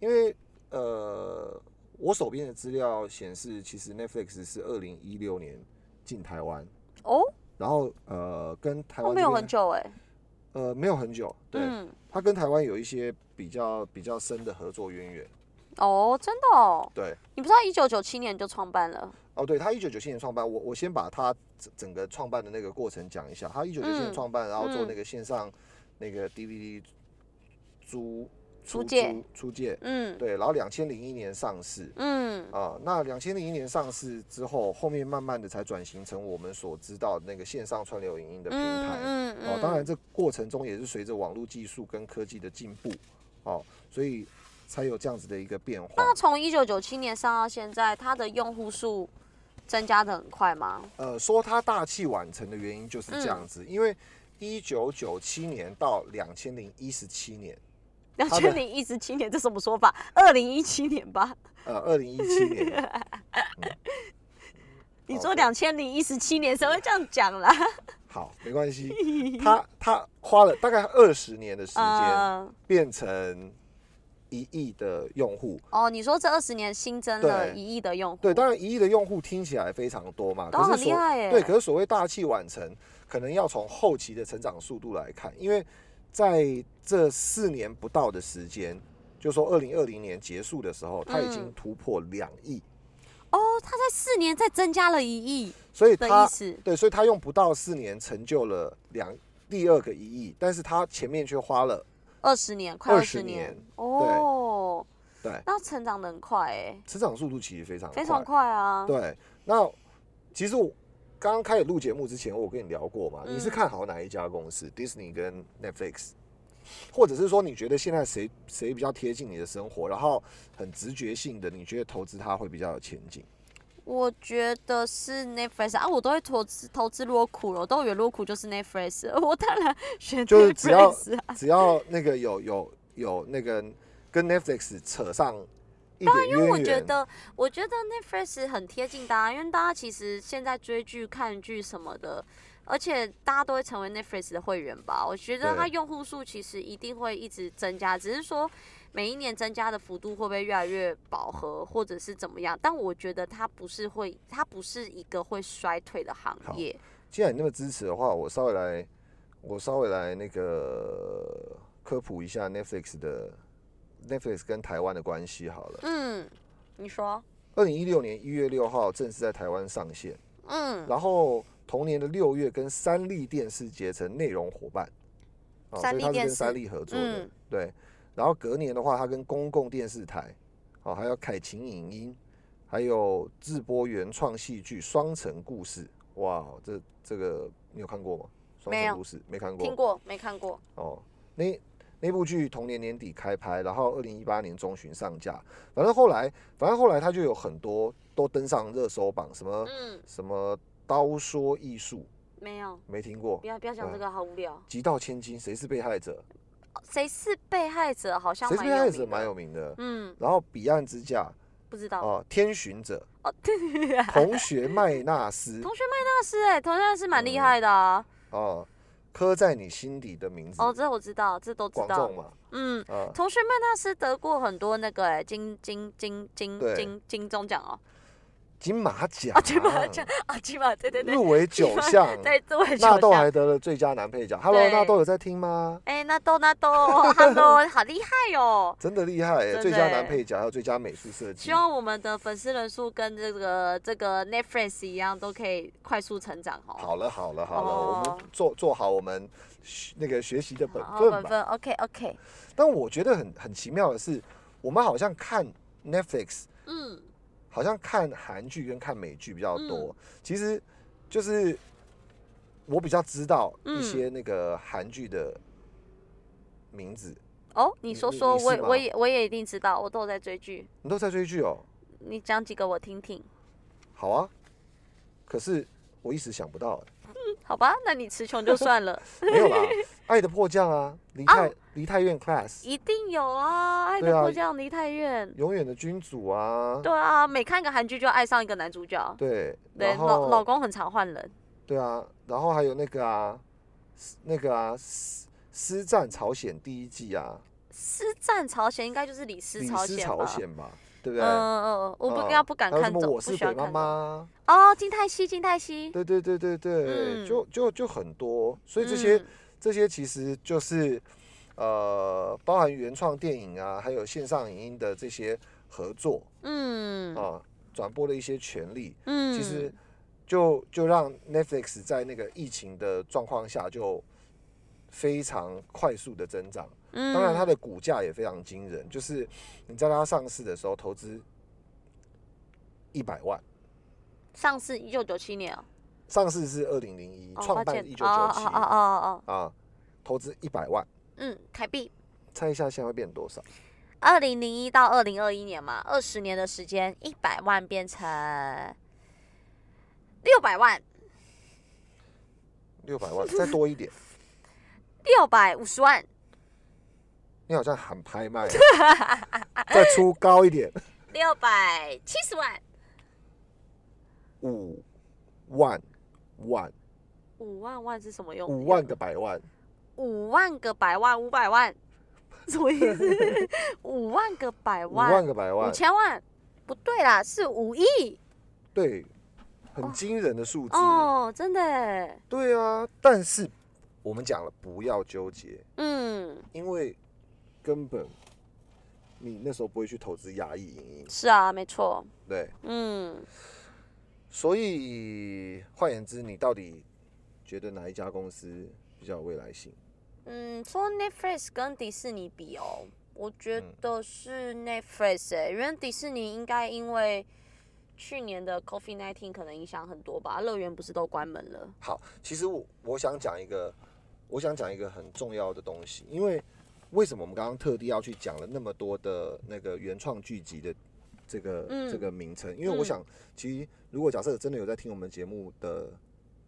A: 因为呃，我手边的资料显示，其实 Netflix 是二零一六年进台湾。
B: 哦，
A: 然后呃，跟台
B: 那
A: 湾
B: 没
A: 这
B: 有
A: 边
B: 很久哎、
A: 呃没有很久，对，
B: 嗯，
A: 他跟台湾有一些比较比较深的合作渊源，
B: 哦，真的哦，
A: 对，
B: 你不知道一九九七年就创办了，
A: 哦，对他一九九七年创办，我我先把他整整个创办的那个过程讲一下，他一九九七年
B: 嗯
A: 创办，然后做
B: 嗯
A: 那个线上那个 DVD 租
B: 租
A: 出
B: 借
A: 租出借，
B: 嗯
A: 对，然后两千零一年上市。
B: 嗯
A: 啊，那两千零一年上市之后，后面慢慢的才转型成我们所知道的那个线上串流影音的平台。
B: 嗯
A: 哦，当然，这过程中也是随着网络技术跟科技的进步，哦，所以才有这样子的一个变化。
B: 那从一九九七年上到现在，它的用户数增加的很快吗？
A: 呃，说它大器晚成的原因就是这
B: 嗯
A: 样子，因为一九九七年到两千零一十七年，
B: 两
A: 它的
B: 千零一十七年 这什么说法？二零一七年吧？
A: 呃，二零一七 年，
B: 你
A: 哦对
B: 说两千零一十七年，谁会这样讲啦？
A: 好，没关 系，它它花了大概二十年的时间，
B: 嗯，
A: 变成一亿的用户。
B: 哦，你说这二十年新增了
A: 对
B: 一亿的用户，
A: 对，当然一亿的用户听起来非常多嘛，
B: 都
A: 可
B: 很
A: 是
B: 厉
A: 所
B: 害耶。
A: 对，可是所谓大器晚成，可能要从后期的成长速度来看，因为在这四年不到的时间，就说二零二零年结束的时候，它已经
B: 嗯
A: 突破两亿，
B: 哦，他在四年再增加了一亿
A: 所以
B: 的
A: 它
B: 意思，
A: 对，所以它用不到四年成就了两第二个一亿，但是它前面却花了
B: 二十年，快二十
A: 20年
B: 哦，
A: 对
B: 那成长的很快哎，
A: 成长速度其实非常
B: 非常快啊。
A: 对，那其实我刚刚开始录节目之前，我跟你聊过嘛，你是
B: 嗯
A: 看好哪一家公司？Disney 跟 Netflix，或者是说你觉得现在谁谁比较贴近你的生活，然后很直觉性的，你觉得投资它会比较有前景？
B: 我觉得是 Netflix 啊，我都会投资投资洛苦了，我都以为洛苦就是 Netflix，我当然选
A: 就是只要
B: Netflix 啊。
A: 只要那个有有有那个跟 Netflix 扯上一点渊源，
B: 啊我觉得，我觉得 Netflix 很贴近大家，因为大家其实现在追剧、看剧什么的，而且大家都会成为 Netflix 的会员吧。我觉得
A: 对
B: 它用户数其实一定会一直增加，只是说每一年增加的幅度会不会越来越饱和，或者是怎么样？但我觉得它不是会，它不是一个会衰退的行
A: 好
B: 业。
A: 既然你那么支持的话，我稍微来我稍微来那个科普一下 Netflix 的 Netflix 跟台湾的关系好了。
B: 嗯，你说，
A: 二零一六年一月六号正式在台湾上线，
B: 嗯，
A: 然后同年的六月跟三立电视结成内容伙伴，哦，所
B: 三
A: 以
B: 立
A: 它是
B: 电
A: 跟
B: 视
A: 三立合作的，
B: 嗯
A: 对。然后隔年的话，它跟公共电视台，哦，还有凯晴影音，还有智播原创戏剧《双城故事》，哇，这这个你有看过吗？双
B: 没有
A: 城故事没看过，
B: 听过没看过？
A: 哦，那那部剧同年年底开拍，然后二零一八年中旬上架。反正后来，反正后来它就有很多都登上热搜榜，什么
B: 嗯，
A: 什么刀说艺术
B: 没有，
A: 没听过
B: 不，要不
A: 嗯
B: 要讲这个，好无聊。
A: 极道千金谁是被害者，
B: 谁是被害者？好像
A: 谁是
B: 蛮
A: 被
B: 有
A: 害
B: 名
A: 者
B: 的
A: 蛮有名的。
B: 嗯，
A: 然后彼岸之嫁
B: 不知道。
A: 啊，天巡者
B: 哦， 对对对，
A: 同学麦纳 斯
B: 同学麦纳斯哎、同学麦纳斯蛮厉害的啊。
A: 啊，刻在你心底的名字，
B: 哦，这我知道，这都知
A: 广
B: 道
A: 仲。嘛
B: 嗯，
A: 啊，
B: 同学麦纳斯得过很多那个哎、金金金金
A: 对
B: 金金钟奖哦，
A: 金马奖
B: 啊金马奖啊金马，对对对，
A: 入围九项，
B: 对，这 我也
A: 纳
B: 想
A: 豆
B: 象
A: 还得了最佳男配角。Hello，
B: 对
A: 纳豆有在听吗？
B: 哎、纳豆纳豆，Hello，好 厉害哦！
A: 真的厉害耶、
B: 真的
A: 最佳男
B: 耶
A: 配角还有最佳美术设计
B: 希。望我们的粉丝人数跟这个这个 Netflix 一样，都可以快速成长哦。
A: 好了好了好了，
B: 哦
A: 我们做做好我们学那个学习的本
B: 好，
A: 分
B: 本
A: 吧。
B: 分，OK OK，
A: 但我觉得很很奇妙的是，我们好像看 Netflix，
B: 嗯，
A: 好像看韩剧跟看美剧比较多。其实就是我比较知道一
B: 嗯
A: 些那个韩剧的名字。
B: 哦，你
A: 你
B: 说
A: 你
B: 说，
A: 你是
B: 我也
A: 吗
B: 我也我也一定知道，我都有在追剧，
A: 你都在追剧哦？
B: 你讲几个我听听，
A: 好啊，可是我一时想不到、
B: 好吧？那你词穷就 算了，
A: 没有啦，《爱的迫降》啊，梨泰
B: 哦
A: 梨泰院 Class，
B: 一定有啊，《爱
A: 对
B: 的
A: 啊
B: 迫降》离太远，
A: 永远的君主啊，
B: 对啊，每看一个韩剧就爱上一个男主角，
A: 对，
B: 对，
A: 然
B: 老老
A: 后
B: 公很常换人，
A: 对啊，然后还有那个啊，斯那个啊，师师战朝鲜第一季啊，
B: 师战朝鲜应该就是李斯
A: 李
B: 朝
A: 斯
B: 鲜
A: 朝
B: 吧？
A: 鲜吧，对不
B: 嗯
A: 对？
B: 嗯嗯，我不
A: 嗯
B: 应该不敢
A: 还有
B: 看
A: 什么
B: 这，
A: 我
B: 不
A: 是
B: 喜
A: 鬼
B: 欢
A: 妈
B: 看这。
A: 妈，
B: 哦，金泰熙，金泰熙，
A: 对对对对对，
B: 嗯
A: 就就就很多，所以这些
B: 嗯
A: 这些其实就是呃，包含原创电影啊，还有线上影音的这些合作
B: 嗯
A: 啊，转播的一些权利，
B: 嗯，
A: 其实就就让 Netflix 在那个疫情的状况下就非常快速的增长，当然它
B: 嗯
A: 的股价也非常惊人，就是你在它上市的时候投资一百万。
B: 上市一九九七年哦，
A: 上市是二零零一，
B: 哦
A: 创
B: 抱
A: 办
B: 歉
A: 一九
B: 哦
A: 九
B: 哦哦
A: 七
B: 哦哦，
A: 啊，投资一百万，
B: 嗯，台币。
A: 猜一下现在会变多少？
B: 二零零一到二零二一年嘛，二十年的时间，一百万变成六百万，
A: 六百万，再多一点。
B: 六百五十万，
A: 你好像喊拍 卖哦，再出高一点，
B: 六百七十万，
A: 五万万，
B: 五万万是什么用？
A: 五万个百万，
B: 五万个百万，五百万，什么意 思？五万个百
A: 五万
B: 万，
A: 个百
B: 五
A: 万，
B: 千万，不对啦，是五亿
A: 对，很惊人的数字。
B: 哦，真的耶，
A: 对啊，但是我们讲了，不要纠结，
B: 嗯，
A: 因为根本你那时候不会去投资亚裔影音，
B: 是啊，没错，
A: 对。
B: 嗯，
A: 所以换言之，你到底觉得哪一家公司比较有未来性？
B: 嗯，说 Netflix 跟迪士尼比哦，我觉
A: 嗯
B: 得是 Netflix 哎、因为迪士尼应该因为去年的 COVID nineteen 可能影响很多吧，乐园不是都关门了？
A: 好，其实我我想讲一个，我想讲一个很重要的东西，因为为什么我们刚刚特地要去讲了那么多的那个原创剧集的这个、
B: 嗯
A: 这个名称？因为我
B: 嗯
A: 想，其实如果假设真的有在听我们节目的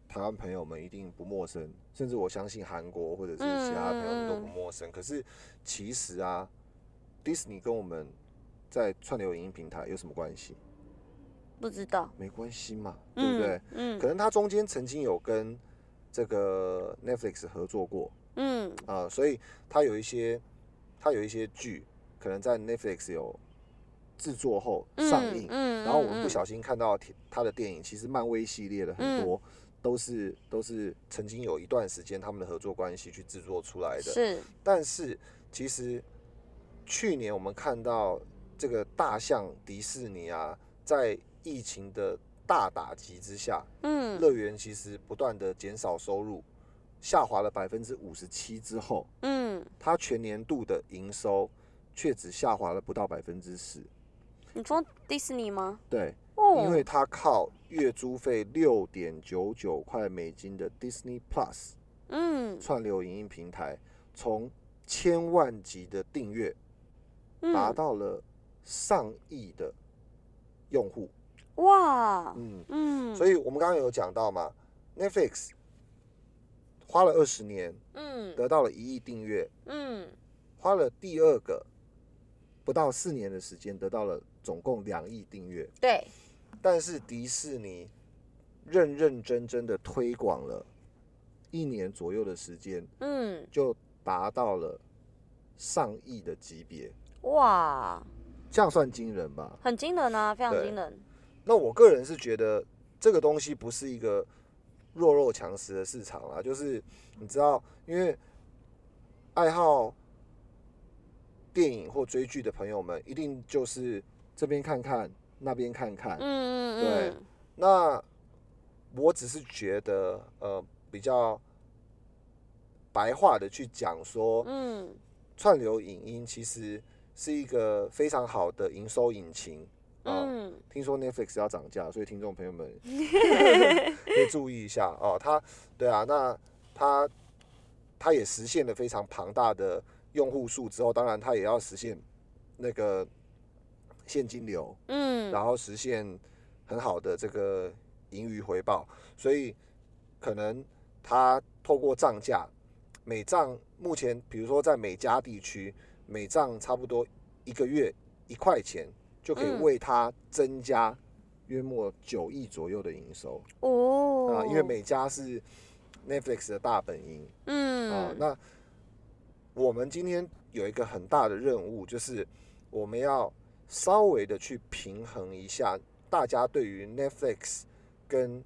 A: 台湾朋友们，一定不陌生，甚至我相信韩国或者是其他朋友们都不
B: 嗯嗯嗯
A: 陌生。可是其实啊，Disney 跟我们在串流影音平台有什么关系？
B: 不知道，
A: 没关系嘛，对不对？
B: 嗯？
A: 可
B: 嗯
A: 能它中间曾经有跟这个 Netflix 合作过
B: 嗯
A: 啊、所以它有一些它有一些剧可能在 Netflix 有制作后
B: 嗯，
A: 上映，
B: 嗯
A: 然后我们不
B: 晓
A: 小心看到它的电影，其实漫威系列的很多。
B: 嗯
A: 都是都是曾经有一段时间他们的合作关系去制作出来的，
B: 嗯是，
A: 但是其实去年我们看到这个大象迪士尼啊，在疫情的大打击之下，
B: 嗯
A: 乐园其实不断的减少收入，下滑了百分之五十七之后，
B: 嗯，
A: 它全年度的营收却只下滑了不到百分之十。
B: 你说迪士尼吗？
A: 对，
B: 哦，
A: 因为它靠月租费六点九九块美金的 Disney Plus
B: 嗯
A: 串流影音平台，从千万级的订阅，达
B: 嗯，
A: 到了上亿的用户。
B: 哇，
A: 嗯，
B: 嗯，
A: 所
B: 以，
A: 以我们刚刚有讲到嘛，Netflix 花了二十年
B: 嗯
A: 得到了一亿订阅，
B: 嗯，
A: 花了第二个不到四年的时间得到了总共两亿订阅，
B: 对，
A: 但是迪士尼认认真真的推广了一年左右的时间，
B: 嗯，
A: 就达到了上亿的级别，
B: 哇，
A: 这样算惊人吧？
B: 很惊人啊，非常
A: 对
B: 惊人。
A: 那我个人是觉得这个东西不是一个弱肉强食的市场啦，就是你知道，因为爱好电影或追剧的朋友们，一定就是这边看看，那边看看。
B: 嗯
A: 对
B: 嗯
A: 那我只是觉得，呃，比较白话的去讲说，
B: 嗯嗯
A: 串流影音其实是一个非常好的营收引擎啊。
B: 嗯，
A: 听说 Netflix 要涨价，所以听众朋友们可以注意一下哦。它对啊，那它它也实现了非常庞大的用户数之后，当然它也要实现那个现金流，
B: 嗯，
A: 然后实现很好的这个盈余回报，所以可能它透过涨价，每涨目前比如说在美加地区，每涨差不多一个月一块钱，就可以
B: 嗯
A: 为它增加约莫九亿左右的营收啊、
B: 哦，
A: 因为美加是 Netflix 的大本营啊、
B: 嗯
A: 那我们今天有一个很大的任务，就是我们要稍微的去平衡一下大家对于 Netflix 跟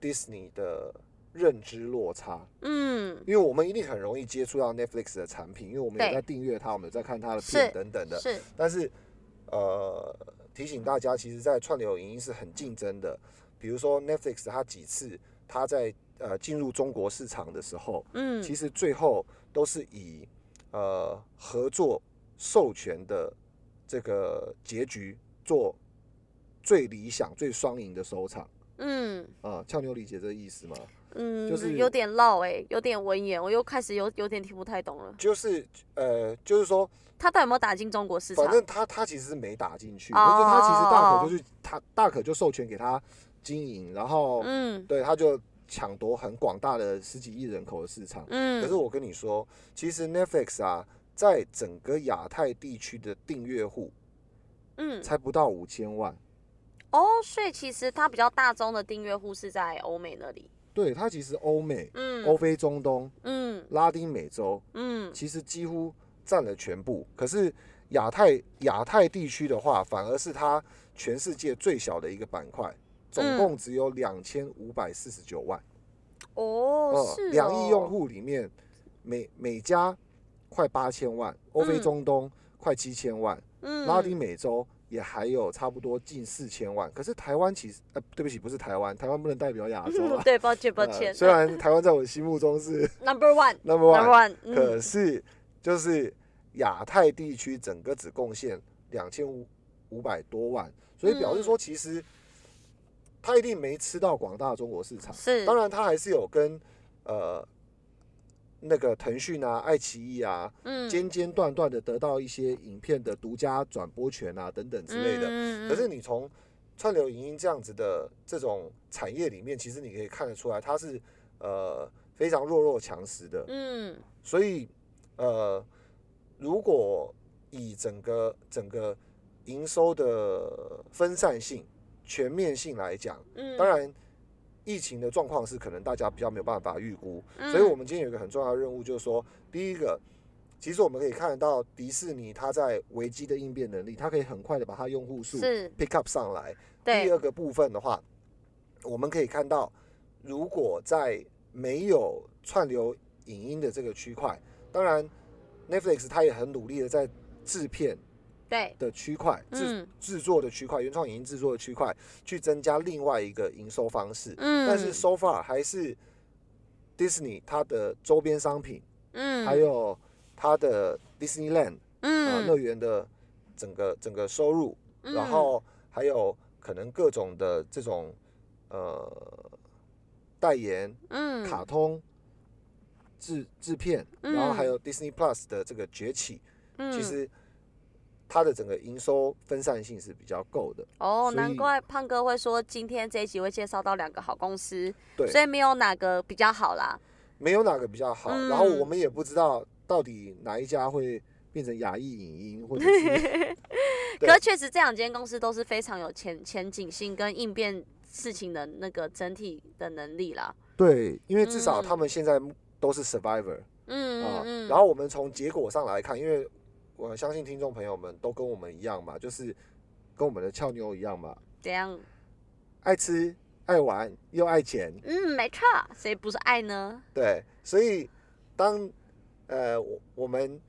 A: Disney 的认知落差，
B: 嗯
A: 因为我们一定很容易接触到 Netflix 的产品，因为我们有
B: 对
A: 在订阅它，我们有在看它的
B: 是
A: 片等等的。
B: 是
A: 但是，呃，提醒大家，其实，在串流影音是很竞争的。比如说 Netflix，它几次它在呃进入中国市场的时候，
B: 嗯
A: 其实最后都是以呃合作授权的这个结局做最理想、最双赢的收场
B: 嗯
A: 啊。俏妞理解这个意思吗？
B: 嗯，
A: 就是
B: 有点绕哎、有点文言，我又开始有有点听不太懂了。
A: 就是呃，就是说，
B: 他到底有没有打进中国市场
A: 反？正他他其实是没打进去，
B: 哦
A: 可是他其实大可就去他大可就授权给他经营，然后
B: 嗯
A: 对他就抢夺很广大的十几亿人口的市场。
B: 嗯，
A: 可是我跟你说，其实 Netflix 啊，在整个亚太地区的订阅户
B: 嗯
A: 才不到五千万，
B: 哦，所以其实他比较大宗的订阅户是在欧美那里。
A: 对它其实欧美、欧
B: 嗯
A: 非、中东、
B: 嗯
A: 拉丁美洲
B: 嗯
A: 其实几乎占了全部，可是亚太亚太地区的话，反而是它全世界最小的一个板块，总
B: 嗯
A: 共只有两千五百四十九万，
B: 哦
A: 哦
B: 是
A: 两
B: 哦
A: 亿用户里面，每每家快八千万，欧非
B: 嗯
A: 中东快七千万，
B: 嗯
A: 拉丁美洲也还有差不多近四千万，可是台湾其实呃对不起不是台湾，台湾不能代表亚洲
B: 嗯。
A: 啊
B: 对，抱歉抱
A: 呃
B: 歉。
A: 虽然台湾在我心目中 是
B: number one
A: number
B: number
A: one，
B: one，
A: 可
B: 嗯
A: 是就是亚太地区整个只贡献两千五五百多万，所以表示
B: 嗯
A: 说其实他一定没吃到广大中国市场。
B: 是
A: 当然，他还是有跟呃那个腾讯啊、爱奇艺啊，
B: 嗯
A: 间间断断的得到一些影片的独家转播权啊等等之类的。
B: 嗯嗯
A: 可是
B: 嗯
A: 你从串流影音这样子的这种产业里面，其实你可以看得出来，它是呃非常弱肉强食的。
B: 嗯
A: 所以呃，如果以整个整个营收的分散性、全面性来讲，
B: 嗯，
A: 当然疫情的状况是可能大家比较没有办法预估，
B: 嗯，
A: 所以我们今天有一个很重要的任务，就是说，第一个，其实我们可以看得到迪士尼它在危机的应变能力，它可以很快的把它用户数
B: 是
A: pick up 上来。第
B: 对
A: 二个部分的话，我们可以看到，如果在没有串流影音的这个区块，当然 Netflix 它也很努力的在制片
B: 对
A: 的区块、制
B: 嗯
A: 制作的区块、原创影音制作的区块，去增加另外一个营收方式。
B: 嗯，
A: 但是 so far 还是 Disney 它的周边商品，
B: 嗯
A: 还有它的 Disneyland 啊
B: 嗯
A: 乐园的整个整个收入，
B: 嗯
A: 然后还有可能各种的这种呃代言、
B: 嗯
A: 卡通、制制片，
B: 嗯
A: 然后还有 Disney Plus 的这个崛起，
B: 嗯，
A: 其实它的整个营收分散性是比较够的。
B: 哦，
A: 所
B: 难
A: 以
B: 怪胖哥会说今天这一集会介绍到两个好公司，
A: 对，
B: 所以没有哪个比较好啦。
A: 没有哪个比较好。
B: 嗯
A: 然后我们也不知道到底哪一家会变成亚裔影音，或者是 对
B: 可是确实这两间公司都是非常有前前景性跟应变事情的那个整体的能力啦。
A: 对，因为至少
B: 嗯
A: 他们现在都是 survivor
B: 嗯
A: 啊
B: 嗯。嗯，
A: 然后我们从结果上来看，因为我相信听众朋友们都跟我们一样嘛，就是跟我们的俏妞一样嘛，
B: 怎样？
A: 爱吃爱玩又爱钱，
B: 嗯，没错，谁不是爱呢？
A: 对，所以当呃我我们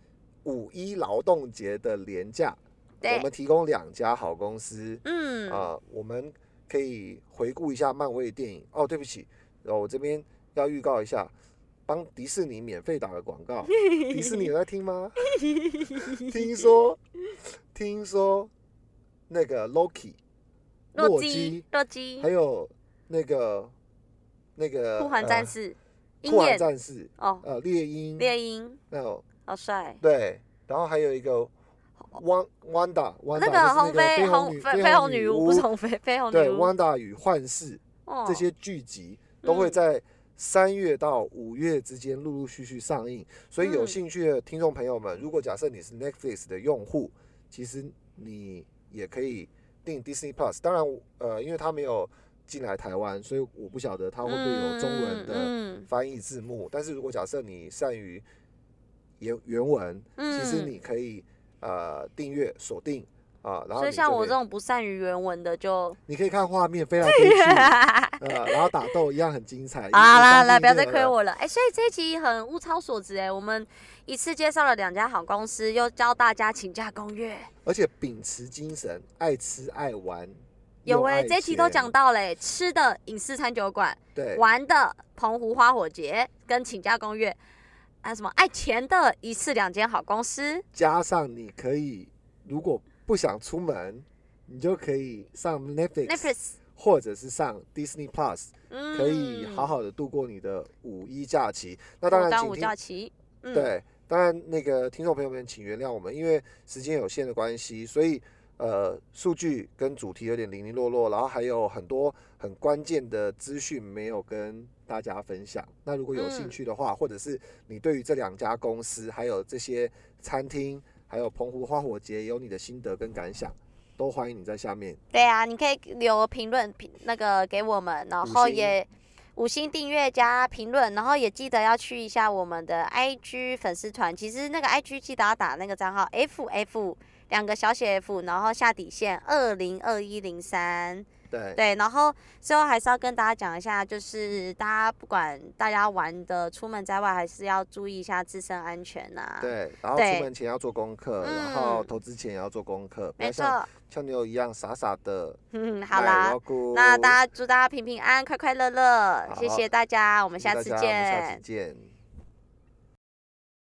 A: 五一劳动节的廉价，
B: 对
A: 我们提供两家好公司
B: 嗯，
A: 啊、我们可以回顾一下漫威的电影。哦，对不起，然后我这边要预告一下，帮迪士尼免费打个广 告。迪士尼有在听吗？听说，听说那个 Loki
B: 洛
A: 洛
B: 基
A: 基，
B: 洛基
A: 还，有那个那个
B: 酷寒战
A: 士、
B: 士，
A: 呃、
B: 鹰
A: 酷寒
B: 眼，
A: 战士，
B: 哦，
A: 呃，猎鹰，
B: 猎鹰，
A: 那有
B: 好帅。
A: 对，然后还有一个。汪汪达，汪达
B: 那
A: 就是
B: 红
A: 飞
B: 飞
A: 红
B: 红
A: 女
B: 飞
A: 飞
B: 红女巫不是红飞飞红
A: 对
B: 女巫，
A: 汪达与幻视，
B: 哦
A: 这些剧集都会
B: 嗯
A: 在三月到五月之间陆陆续续上映，所以有
B: 嗯
A: 兴趣的听众朋友们，如果假设你是 Netflix 的用户，其实你也可以订 Disney Plus。当然，呃，因为它没有进来台湾，所以我不晓得它会不会有中文的
B: 嗯
A: 翻译字幕。但是如果假设你善于原原文，
B: 嗯
A: 其实你可以呃订阅锁定啊，然后
B: 所以
A: 你
B: 像
A: 就
B: 我
A: 可以
B: 这种不善于原文的就，
A: 你可以看画面飞来飞 去。呃，然后打斗一样很精彩。
B: 好啦啦啦，
A: 一
B: 不要再
A: 一
B: 亏
A: 三
B: 我了。哎、所以这一集很物超所值哎、我们一次介绍了两家好公司，又教大家请假攻略。
A: 而且秉持精神，爱吃爱玩。
B: 有
A: 哎、
B: 哎、这一集都讲到嘞、吃的影视餐酒馆，
A: 对，
B: 玩的澎湖花火节跟请假攻略，还有什么爱钱的一次两间好公司，
A: 加上你可以，如果不想出门，你就可以上 Netflix,
B: Netflix
A: 或者是上 Disney Plus，
B: 嗯，
A: 可以好好的度过你的五一假期。那当然，
B: 过端
A: 请
B: 午
A: 听
B: 假期，嗯，
A: 对，当然那个听众朋友们，请原谅我们，因为时间有限的关系，所以呃，数据跟主题有点零零落落，然后还有很多很关键的资讯没有跟大家分享。那如果有兴
B: 嗯
A: 趣的话，或者是你对于这两家公司，还有这些餐厅，还有澎湖花火节有你的心得跟感想，都欢迎你在下面。
B: 对啊，你可以留评论评那个给我们，然
A: 五
B: 后
A: 星
B: 也五星订阅加评论，然后也记得要去一下我们的 IG 粉丝团。其实那个 IG 记得要打那个账号 FF 两个小写 F，然后下底线二零二一零三。
A: 对，
B: 对，然后最后还是要跟大家讲一下，就是大家不管大家玩的出门在外，还是要注意一下自身安全呐、啊。，
A: 对，然后
B: 对
A: 出门前要做功课，然后
B: 嗯
A: 投资前也要做功课，不要
B: 没
A: 像
B: 错。
A: 像牛一样傻傻的。
B: 嗯，好
A: 卖
B: 啦
A: 蘑，菇
B: 那大家祝大家平平安安、快快乐乐，
A: 好
B: 谢谢大家，我们
A: 谢谢
B: 下
A: 大
B: 次
A: 家我们下
B: 见
A: 次。见。